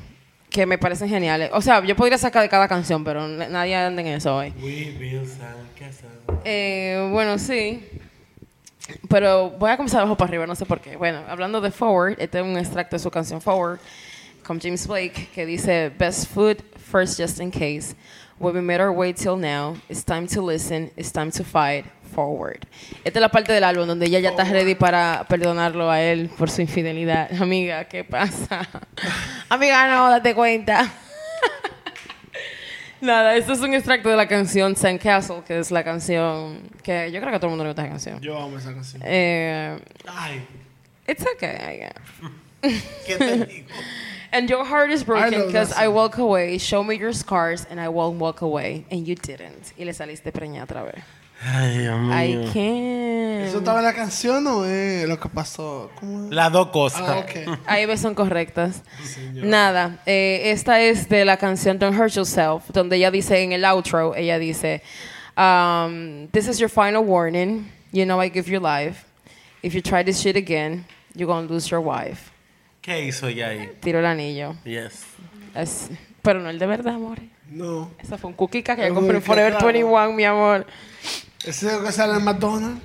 que me parecen geniales. O sea, yo podría sacar de cada canción, pero n- nadie anda en eso hoy. Eh, bueno, sí. Pero voy a comenzar abajo para arriba, no sé por qué. Bueno, hablando de Forward, este es un extracto de su canción Forward con James Blake que dice Best food first just in case. We've made our way till now. It's time to listen. It's time to fight. Forward. Esta es la parte del álbum donde ella ya está ready para perdonarlo a él por su infidelidad. Amiga, ¿qué pasa? Amiga, no, date cuenta. Nada, esto es un extracto de la canción Sandcastle, que es la canción que yo creo que a todo el mundo le gusta esa canción.
Yo amo esa canción.
Eh,
Ay,
it's okay, I guess.
¿qué te digo?
And your heart is
I
broken
know
because
that
I
song.
walk away. Show me your scars and I won't walk away. And you didn't. Y le saliste preñada otra vez.
Ay, Dios mío.
I can't.
Mm, ¿Eso estaba en la canción o es lo que pasó? ¿Cómo es?
Las dos cosas.
Ah, ok.
Ahí ves son correctas. Nada, eh, esta es de la canción Don't Hurt Yourself, donde ella dice en el outro, ella dice, um, This is your final warning, you know I give you life. If you try this shit again, you're gonna lose your wife.
¿Qué hizo ella ahí?
Tiro el anillo.
Yes.
Es- pero no el de verdad, amor.
No.
Esa fue un cookie que
Es
yo compré en
cookie,
Forever
claro.
21, mi amor.
¿Ese es lo que sale en McDonald's?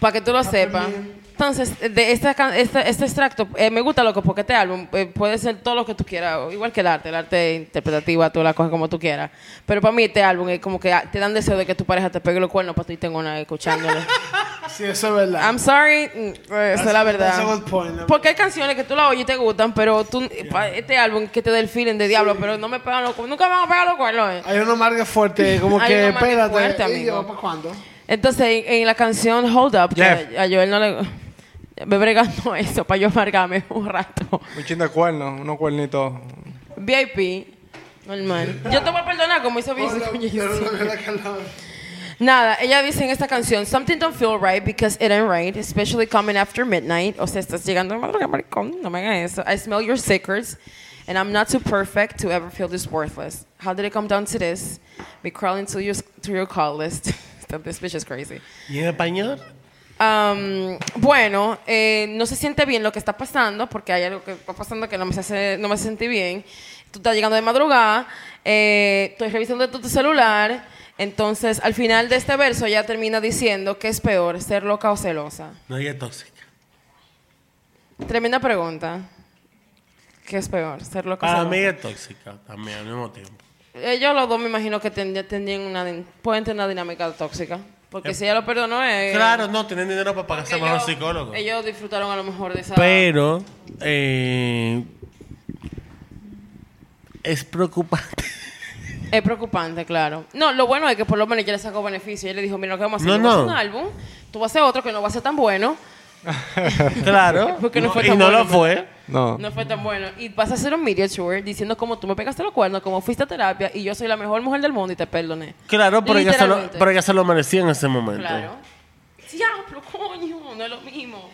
Para que tú lo sepas. Entonces, de esta, can- esta- este extracto, eh, me gusta loco porque este álbum eh, puede ser todo lo que tú quieras, o igual que el arte, el arte interpretativa, tú la coges como tú quieras. Pero para mí este álbum es como que ah, te dan deseo de que tu pareja te pegue los cuernos para tú irte en una escuchándolo.
Sí, eso es verdad.
I'm sorry, mm, eh, eso es la
that's a
verdad.
good point, la
Porque hay canciones que tú las oyes y te gustan, pero tú, pa- este álbum que te da el feeling de diablo, pero no me pegan los cuernos, nunca me van a pegar los cuernos. eh.
Hay una marca fuerte, como
Hay
que
una marca
espérate.
fuerte,
¿Y yo,
amigo.
¿para cuándo?
Entonces, en, en la canción Hold Up, que
Jeff.
a Joel no le... Me bregando eso para yo amargarme un rato.
Un chin de cuerno, unos cuernitos.
VIP, normal. Yo te voy a perdonar como hizo Vince con Jay-Z.
Pero no era que la-
Nada, ella dice en esta canción, Something don't feel right because it ain't right, especially coming after midnight. O sea, estás llegando a madrugada, maricón, no me hagas eso. I smell your secrets and I'm not too perfect to ever feel this worthless. How did it come down to this? Me crawling to your, to your call list. this bitch is crazy.
¿Y en español?
Am, bueno, eh, no se siente bien lo que está pasando, porque hay algo que está pasando que no me hace, no me hace sentir bien. Tú estás llegando de madrugada, eh, estoy revisando tu, tu celular, entonces al final de este verso ya termina diciendo que es peor, ser loca o celosa.
No, ella es tóxica.
Tremenda pregunta. ¿Qué es peor, ser loca o
Para
celosa?
mí es tóxica también al mismo tiempo.
Ellos los dos me imagino que tendrían, tendrían una, din- pueden tener una dinámica tóxica, porque
Eh,
si ella lo perdonó es...
Claro, no, tienen dinero para pagarse a los
ellos,
psicólogos.
ellos disfrutaron a lo mejor de esa...
Pero eh, es preocupante.
Es preocupante, claro. No, lo bueno es que por lo menos ella le sacó beneficio. Ella le dijo, mira, lo que vamos a
No,
hacer, yo voy a hacer
no.
un álbum, tú vas a hacer otro que no va a ser tan bueno,
Claro.
Porque no fue
y
tan
no
bueno, pues.
lo
pero-
fue.
No.
No fue tan bueno. Y vas a hacer un media tour diciendo cómo tú me pegaste los cuernos, cómo fuiste a terapia y yo soy la mejor mujer del mundo y te perdoné.
Claro, pero ella, se lo,
Literalmente.
pero ella se lo merecía en ese momento.
Claro. Diablo, coño, no es lo mismo.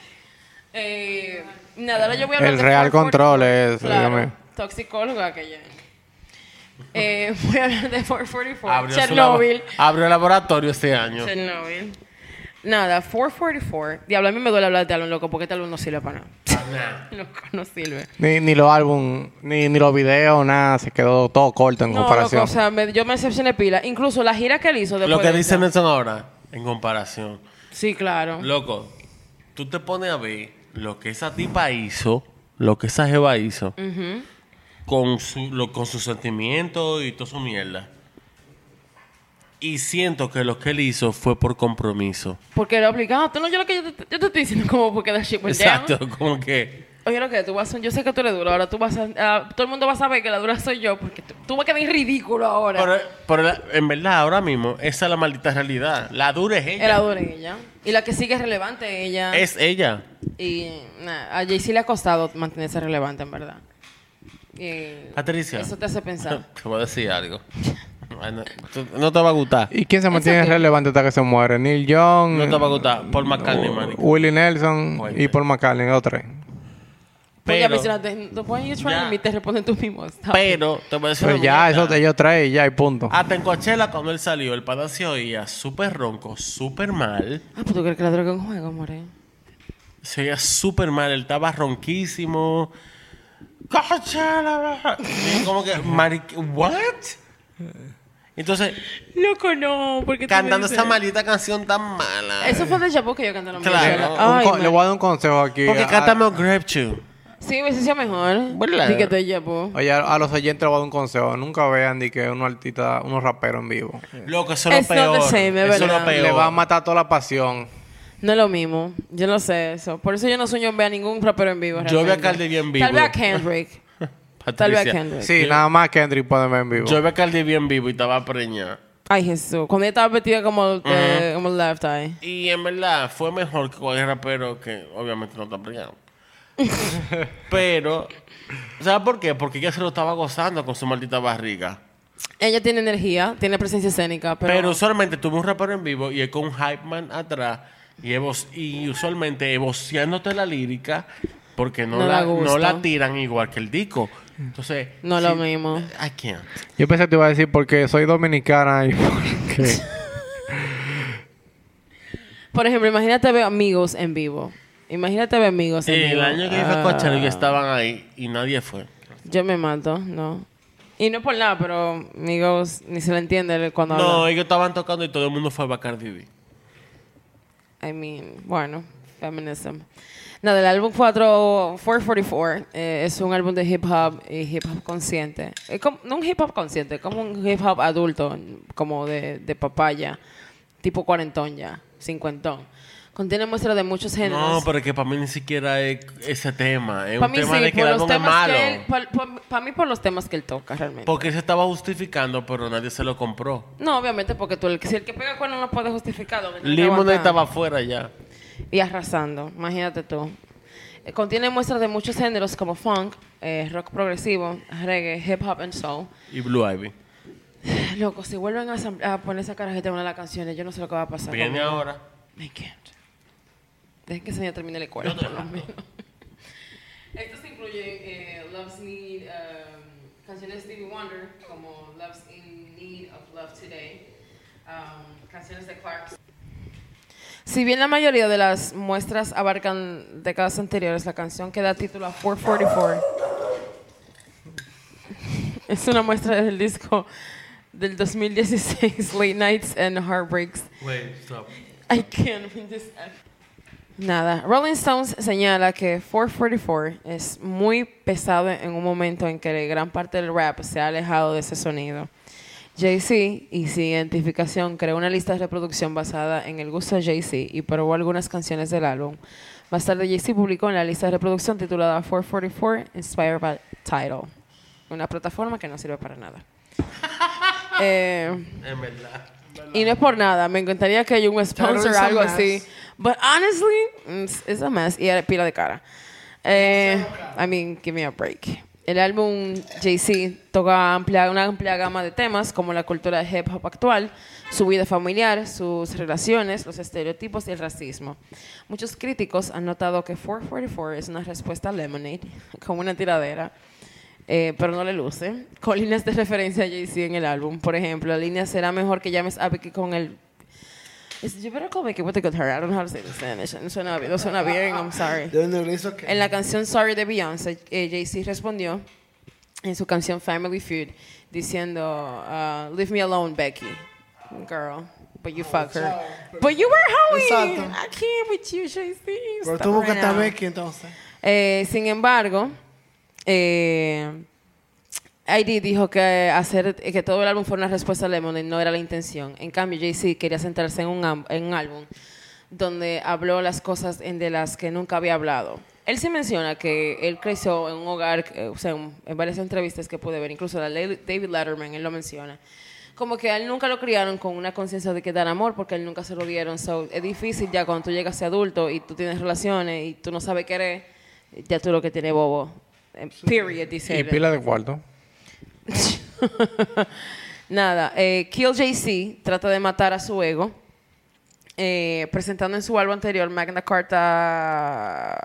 Eh, nada, ahora yo voy a hablar
El
de
real
Ford
control es, dígame.
Claro, toxicóloga aquella. Eh, voy a hablar de 444.
Abrió, su
Chernobyl.
labo- abrió el laboratorio este año.
Chernobyl. ¿eh? Nada, 444. Diablo, a mí me duele hablar de álbum, loco, porque este álbum no sirve para nada. loco, no sirve.
Ni, ni los álbum, ni, ni los videos, nada. Se quedó todo corto en
No, loco,
comparación.
o sea, me- yo me decepcioné pila. Incluso la gira que él hizo después
Lo que
de
dice
esa.
Nelson ahora, en comparación.
Sí, claro.
Loco, tú te pones a ver lo que esa tipa hizo, lo que esa jeva hizo,
Mm.
con, su, lo- con sus sentimientos y toda su mierda. Y siento que lo que él hizo fue por compromiso.
Porque era obligado. Tú no, yo lo que yo te, yo te estoy diciendo como porque da shit went down.
Exacto, como que...
Oye, lo que tú vas a yo sé que tú eres duro, ahora tú vas a, ah, todo el mundo va a saber que la dura soy yo, porque tú, tú vas a quedar en ridículo ahora.
Pero, pero la- en verdad, ahora mismo, esa es la maldita realidad. La dura es ella.
Era dura en ella. Y la que sigue es relevante es ella.
Es ella.
Y nah, a Jay-Z le ha costado mantenerse relevante, en verdad. Y
Patricia.
Eso te hace pensar.
Te voy a decir algo. Ay, No, tú- no te va a gustar.
¿Y quién se mantiene
qué?
relevante hasta que se muere? Neil Young.
No te va a gustar. Paul McCartney, marico.
Willie Nelson
Oye.
y Paul McCartney, los tres.
Porque a
Pero,
veces la te- the point you're trying
Ya.
to meet, te responden tú mismo. ¿sabes?
pero, te voy a decir
Pero
una
Pues ya,
mierda. Ah,
eso, ellos tres y ya, y punto.
Hasta en Coachella, cuando él salió, el pana se oía súper ronco, súper mal.
Ah, pues tú crees que la droga es un juego, eh. more.
Se oía súper mal. Él estaba ronquísimo. Coachella. Y como que, maric- ¿what? Entonces,
Loco, no, porque
cantando esa maldita canción tan mala.
Eso fue de Chapo que yo canté la
Claro.
mierda.
Un
Ay,
co-
man.
le voy a dar un consejo aquí.
Porque
a-
canta Mel Grab You.
Sí, hubiese sido mejor.
¿Verdad?
Di que te llevo.
Oye, a, a los oyentes les voy a dar un consejo. Nunca vean ni que unos artistas, unos raperos en vivo.
Loco, eso es
It's
lo
not
peor.
the same, es
Eso es
verdad.
lo peor.
Le va a matar toda la pasión.
No es lo mismo. Yo no sé eso. Por eso yo no sueño en ver a ningún rapero en vivo.
Yo vi a
realmente.
Cardi B en vivo.
Tal vez a Kendrick. Tal vez a
Patricia,
Kendrick.
Sí, nada más Kendrick puede ver en vivo.
Yo vi a Cardi B en vivo y estaba preñada.
Ay, Jesús. Cuando ella estaba vestida como, eh, como left eye.
Y en verdad fue mejor que cualquier rapero que obviamente no está preñado. Pero, ¿sabes por qué? Porque ella se lo estaba gozando con su maldita barriga.
Ella tiene energía, tiene presencia escénica, pero...
Pero, usualmente tuve un rapero en vivo y es con un hype man atrás y, es voc- y usualmente es voceándote la lírica porque no,
No
la,
da gusto.
no la tiran igual que el disco. Entonces,
No lo mismo.
I can't.
Yo pensé que te iba a decir porque soy dominicana y porque...
Por ejemplo, imagínate ver amigos en vivo. Imagínate ver amigos en
Sí, Eh, el
vivo.
año que yo fui a
Ah,
Coachella y estaban ahí y nadie fue.
Yo me mato, no. Y no es por nada, pero amigos ni se le entiende cuando
No,
habla.
ellos estaban tocando y todo el mundo fue a Bacardi B.
I mean, bueno, feminism. Nada, el álbum 4, 444 eh, es un álbum de hip hop y hip hop consciente. Es como- no un hip hop consciente, es como un hip hop adulto, como de, de papaya, tipo cuarentón ya, cincuentón. Contiene muestras de muchos géneros.
No, pero que para mí ni siquiera es ese tema. Es
Pa'
un tema de que el
por los
álbum es
temas
malo.
que él, para mí por los temas que él toca realmente.
Porque se estaba justificando, pero nadie se lo compró.
no, obviamente, porque tú, el, si el que pega cuerno no puede justificarlo. que tiene que
Limonade
aguantar.
estaba afuera ya.
y arrasando. Imagínate tú. Eh, Contiene muestras de muchos géneros como funk, eh, rock progresivo, reggae, hip hop and soul.
Y Blue Ivy.
Loco, si vuelven a, asam- a poner esa carajeta en una de las canciones, yo no sé lo que va a pasar.
Viene
conmigo.
ahora.
I can't. Dejen que ese niño termine la escuela, por lo menos. Estos incluyen eh, Love's Need, um, canciones de Stevie Wonder, como Love's in Need of Love Today, um, canciones de Clarks. Si bien la mayoría de las muestras abarcan décadas anteriores, la canción que da título a 444 es una muestra del disco del 2016, Late Nights and Heartbreaks, I can't read this ad. Nada. Rolling Stones señala que 444 es muy pesado en un momento en que gran parte del rap se ha alejado de ese sonido. Jay-Z y su identificación creó una lista de reproducción basada en el gusto de Jay-Z y probó algunas canciones del álbum. Más tarde, Jay-Z publicó en la lista de reproducción titulada 444 Inspired by Title, una plataforma que no sirve para nada. Eh, y no es por nada, me encantaría que haya un sponsor
Charol
algo
Samás.
así. But honestly, it's, it's a mess. Y era pila de cara. Eh, I mean, give me a break. El álbum Jay-Z toca amplia- una amplia gama de temas como la cultura de hip hop actual, su vida familiar, sus relaciones, los estereotipos y el racismo. Muchos críticos han notado que 444 es una respuesta a Lemonade, como una tiradera, eh, pero no le luce, con líneas de referencia a Jay-Z en el álbum. Por ejemplo, la línea será mejor que llames a Becky con el It's, you better call me with a good hair. I don't know how to say it in Spanish. No suena, no suena bien, I'm sorry.
De un inglés que.
En la canción Sorry de Beyoncé, eh, Jay-Z respondió en su canción Family Feud diciendo, uh, Leave me alone, Becky. Girl, but you fuck her. But you were hoeing.
Exacto.
I can't with you, Jay-Z.
Pero
Stop
tú
right
buscas a
now.
Becky entonces.
Eh, sin embargo, eh, ID dijo que hacer que todo el álbum fuera una respuesta a Lemonade no era la intención. En cambio, Jay-Z quería centrarse en un, am- en un álbum donde habló las cosas en de las que nunca había hablado. Él sí menciona que él creció en un hogar, eh, o sea, en, en varias entrevistas que pude ver, incluso la ley- David Letterman, él lo menciona. Como que a él nunca lo criaron con una conciencia de que dar amor, porque a él nunca se lo dieron. So, es difícil ya cuando tú llegas a ser adulto y tú tienes relaciones y tú no sabes querer, ya tú lo que tienes bobo. Eh, Period, dice
Y
él.
pila de cuarto.
Nada, eh, Kill Jay-Z trata de matar a su ego, eh, presentando en su álbum anterior Magna Carta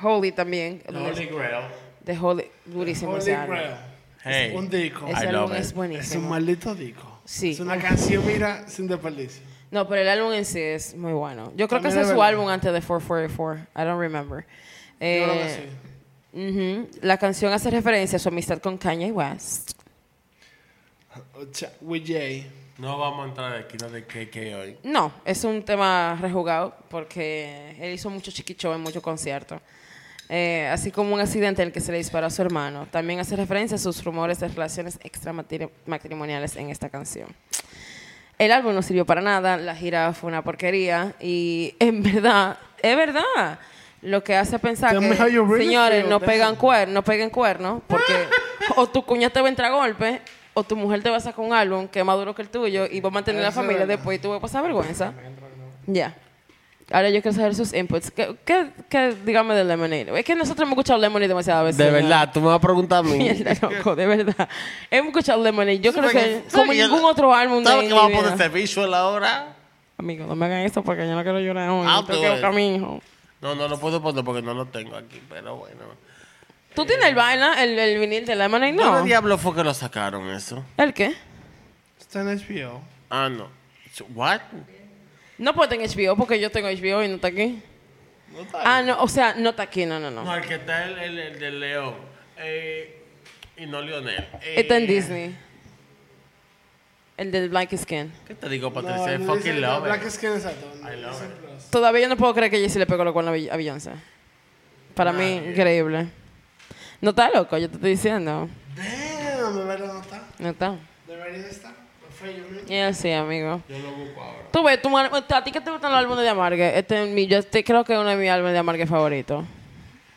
uh, Holy también. donde-
Grail.
De Holy, durísimo
Holy
ese álbum.
Grail.
Hey.
Es un disco.
Ese
I
álbum
love it.
es
Es un
buenísimo.
maldito disco.
Sí.
Es una canción, mira, sin desperdicio.
No, pero el álbum en sí es muy bueno. Yo creo que ese
También es
es su
verdad.
álbum antes de 444. I don't remember.
Yo creo
Eh,
que sí.
ujú. La canción hace referencia a su amistad con Kanye West.
O cha- With Jay.
No vamos a entrar aquí no de KK hoy.
No, es un tema rejugado porque él hizo mucho chiquicho en muchos conciertos. Eh, así como un accidente en el que se le disparó a su hermano. También hace referencia a sus rumores de relaciones extramatrimoniales en esta canción. El álbum no sirvió para nada, la gira fue una porquería y en verdad, es verdad, lo que hace pensar
Tell me how
que,
you really
señores,
feel,
no
damn.
pegan cuerno, no peguen cuerno, porque o tu cuña te va a entrar a golpe o tu mujer te va a sacar un álbum que es más duro que el tuyo y va a mantener la
Eso es
familia
verdad.
después y tú vas a pasar vergüenza. Ya. Ahora yo quiero saber sus inputs. ¿Qué, qué, qué dígame de Lemonade? Es que nosotros hemos escuchado Lemonade demasiadas veces.
De
señor.
verdad, tú me vas a preguntar a mí.
Mierda, loco, de verdad. Hemos escuchado Lemonade. Yo creo que
¿Sabes
como
que yo-
ningún otro álbum de
¿Sabes
mi
que vamos a
vida.
poner este visual ahora?
Amigo, no me hagan eso porque yo no quiero llorar hoy.
Ah,
Yo tengo
tú
que
eres.
buscar a mi hijo.
No, no lo puedo poner porque no lo tengo aquí, pero bueno.
¿Tú tienes el vaina, el, el vinil de Lemonade?
¿Dónde
No.
diablo fue que lo sacaron eso?
¿El qué?
Está en HBO.
Ah, no. ¿What?
No puede en HBO porque yo tengo HBO y no está aquí.
No está
Ah, no, o sea, no está aquí, no, no, no.
eh.
No, el que está el, el, el de León. Eh, y no Leonel. Eh,
Está en Disney. El del Black Skin.
¿Qué te digo,
No,
Patricia? I
no
fucking eh.
dice-
love
no, Black
it.
Skin, exacto.
I love it.
Todavía yo no puedo creer que Jay-Z le pegó lo cual a Bey- a Beyoncé. Para mí, increíble. No está loco, yo te estoy diciendo.
Damn, de verdad no está.
No está.
Debería estar. Perfecto, mira.
Y así, amigo. Yo lo busco ahora. Tú ves, tú, man- a ti que te gustan los álbumes de Amargue. Este es mi, yo este creo que es uno de mis álbumes de Amargue favoritos.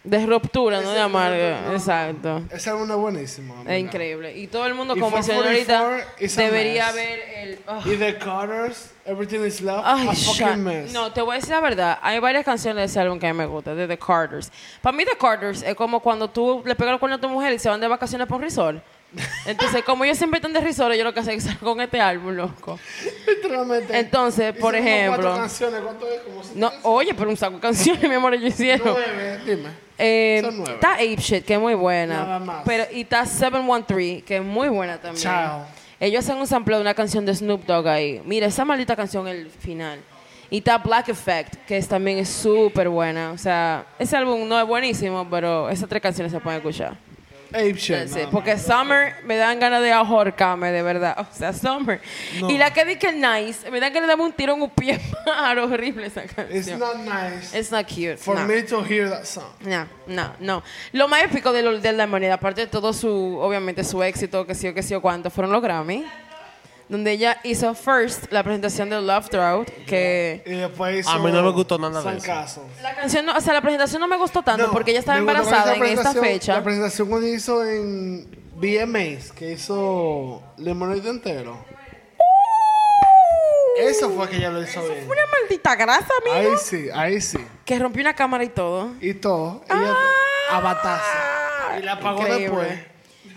De ruptura, no de Amargue. Exacto.
Ese álbum es buenísimo. en verdad.
Es increíble. Y todo el mundo,
Y
como mencioné ahorita,
444 is a
debería
mess.
ver el. oh.
Y The Carters, Everything is Love,
Ay,
a
sha-
fucking mess.
No, te voy a decir la verdad. Hay varias canciones de ese álbum que a mí me gustan, de The Carters. Para mí, The Carters es como cuando tú le pegas el cuerno a tu mujer y se van de vacaciones por un resort. Entonces, como ellos siempre están de resort, yo lo que sé es que salgo con este álbum, loco.
Literalmente.
Entonces,
Hice
por
como
ejemplo-
Cuatro canciones, ¿cuánto es? Como siete
No, oye, pero un saco de canciones, mi amor, ellos hicieron.
Nueve, dime.
Eh,
Son nueve.
Está Ape Shit, que es muy buena.
Nada más.
Pero, y está 713, que es muy buena también.
Chao.
Ellos hacen un sample de una canción de Snoop Dogg ahí. Mira, esa maldita canción el final. Y está Black Effect, que es, también es súper buena. O sea, ese álbum no es buenísimo, pero esas tres canciones se pueden escuchar.
Ape Shit.
Sí,
nada
porque Summer me dan ganas de ahorcarme, de verdad. O sea, Summer. Y la que dije Nice, me dan ganas de darme un tiro en un pie. Era horrible esa
más. It's
canción.
not nice
It's not cute.
for
no.
me to hear that song.
No, no, no. Lo más épico de, lo, de la moneda, aparte de todo su, obviamente, su éxito, que sí o que sí o cuánto, fueron los Grammy. Donde ella hizo first la presentación de Love Throughout, que...
Y después hizo
A mí no me gustó nada de
San
eso.
Caso.
La canción, no- o sea, la presentación no me gustó tanto
No,
porque ella estaba
me gustó
embarazada en
cuando hizo la
esta
presentación-
fecha.
La presentación cuando hizo en VMAs, que hizo Lemonade entero. Eso fue que ella lo hizo bien.
Uh. Fue una maldita grasa,
Ahí
amigo.
sí, ahí sí.
Que rompió una cámara y todo.
Y todo. Ella
Ah.
a batazo. Y la pagó
Increíble.
después.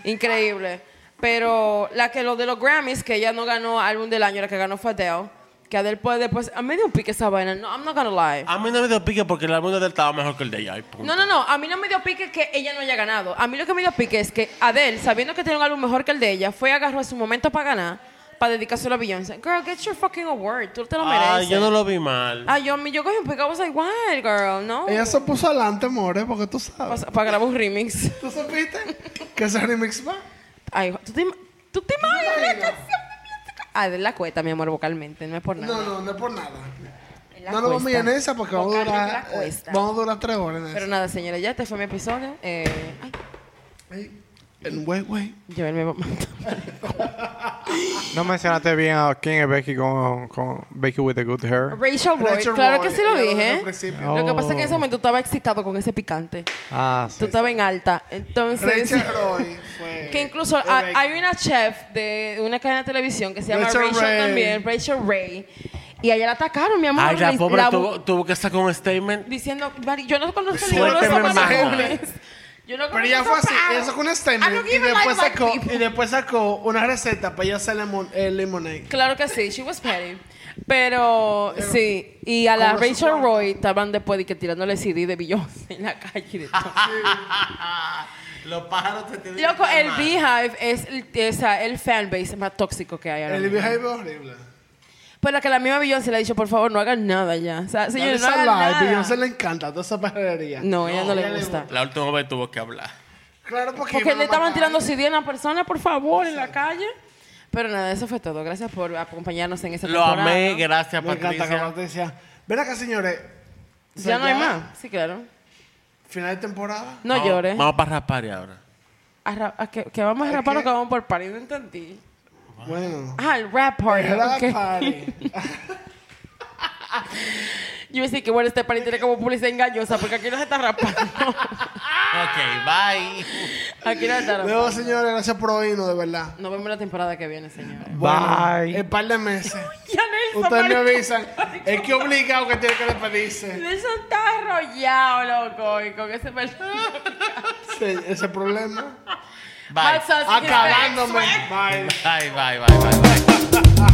Increíble. Pero la que lo de los Grammys, que ella no ganó álbum del año, la que ganó fue Adele. Que Adele puede después. A mí me dio un pique esa vaina. No, I'm not gonna lie.
A mí no me dio pique porque el álbum de él estaba mejor que el de ella. y punto.
No, no, no. A mí no me dio pique que ella no haya ganado. A mí lo que me dio pique es que Adele, sabiendo que tenía un álbum mejor que el de ella, fue y agarró a su momento para ganar, para dedicárselo a Beyoncé. Girl, get your fucking award. Tú te lo mereces.
Ah, yo no lo vi mal.
Ah, yo, yo cogí un pique. I was like, what, girl? No.
Ella se puso adelante, more, porque tú sabes.
Para grabar un remix.
¿Tú supiste que ese remix va?
Ay, ¿tú te, im- tú te imaginas la canción de Beyoncé? Adele la cuesta, mi amor, vocalmente. No es por nada.
No, no, no es por nada.
Es la
No lo vamos a ir en
cuesta.
esa porque vamos a
Vocalmente
durar,
la
eh,
cuesta.
vamos a durar tres horas en
Pero
eso.
nada, señores, ya este fue mi episodio. Eh, ay,
Ey, El güey, güey.
yo me mamá.
No mencionaste bien a quién es Becky con, con Becky with the good hair.
Rachel Roy,
Rachel
claro
Roy,
que sí lo
ella lo dijo
dije.
al principio.
Lo que pasa es que en ese momento estaba excitado con ese picante.
Ah,
Tú
sí.
estabas en alta. Entonces.
Rachel Roy fue.
Que incluso
fue
hay
Becky.
hay una chef de una cadena de televisión que se llama
Rachel
Rachel,
Ray.
también, Rachel Ray. Y a ella la atacaron, mi amor.
Ay, la
Le-
pobre
la bu-
tuvo, tuvo que sacar un statement.
Diciendo, "Mari, yo no conozco
Suélteme,
ninguno de esos
hermano.
personajes. Yo no
Pues, Pero
conozco
ella fue
esos
así,
pa-
ella sacó un
I
statement
don't
y
give a
después,
like
sacó,
about people.
y después sacó una receta para ella hacer lemon, eh, lemonade.
Claro que sí, she was petty. Pero sí, y a la
¿cómo se
Rachel
cuenta?
Roy estaban después de que tirándole CD de Beyoncé en la calle. y de todo.
Los pájaros te tienen.
Loco, el Beehive es el, es el fanbase más tóxico que hay ahora.
El
mismo.
behavior horrible.
Pero que la misma Beyoncé le ha dicho, por favor, no hagan nada ya. O sea, señores, no hagan
a
nada.
Beyoncé le encanta toda esa perrería.
No, a ella no, le gusta.
La última vez tuvo que hablar.
Claro, porque.
Porque
iban a
le estaban
matar.
tirando CD a una persona, por favor, en la calle. Pero nada, eso fue todo. Gracias por acompañarnos en esta
Lo
temporada.
amé, gracias,
Me encanta que
Patricia.
Patricia. Ven acá, señores. O sea,
Ya no hay más. Sí, claro.
Final de temporada.
No
Vamos-
llores.
Vamos para Raspari ahora.
A ra- a que, que vamos a
¿A
rapar o
qué?
que vamos por party, no entendí.
Bueno.
Ah, el rap party.
Era
ok.
party.
Yo decía que bueno, este party tiene como publicidad engañosa porque aquí no se está rapando.
Ok, bye.
aquí no se está rapando.
Luego, señores, gracias por oírnos, de verdad.
Nos vemos la temporada que viene, señores.
Bye.
En par de meses.
Ya Nelson,
Ustedes me
marico.
avisan. Es que obligado que tiene que despedirse.
Nelson está arrollado, loco, y con ese pelo.
Ese- Ese problema.
Bye.
Hot sauce in his face.
Acabándome. Bye.
Bye, bye, bye, bye. bye.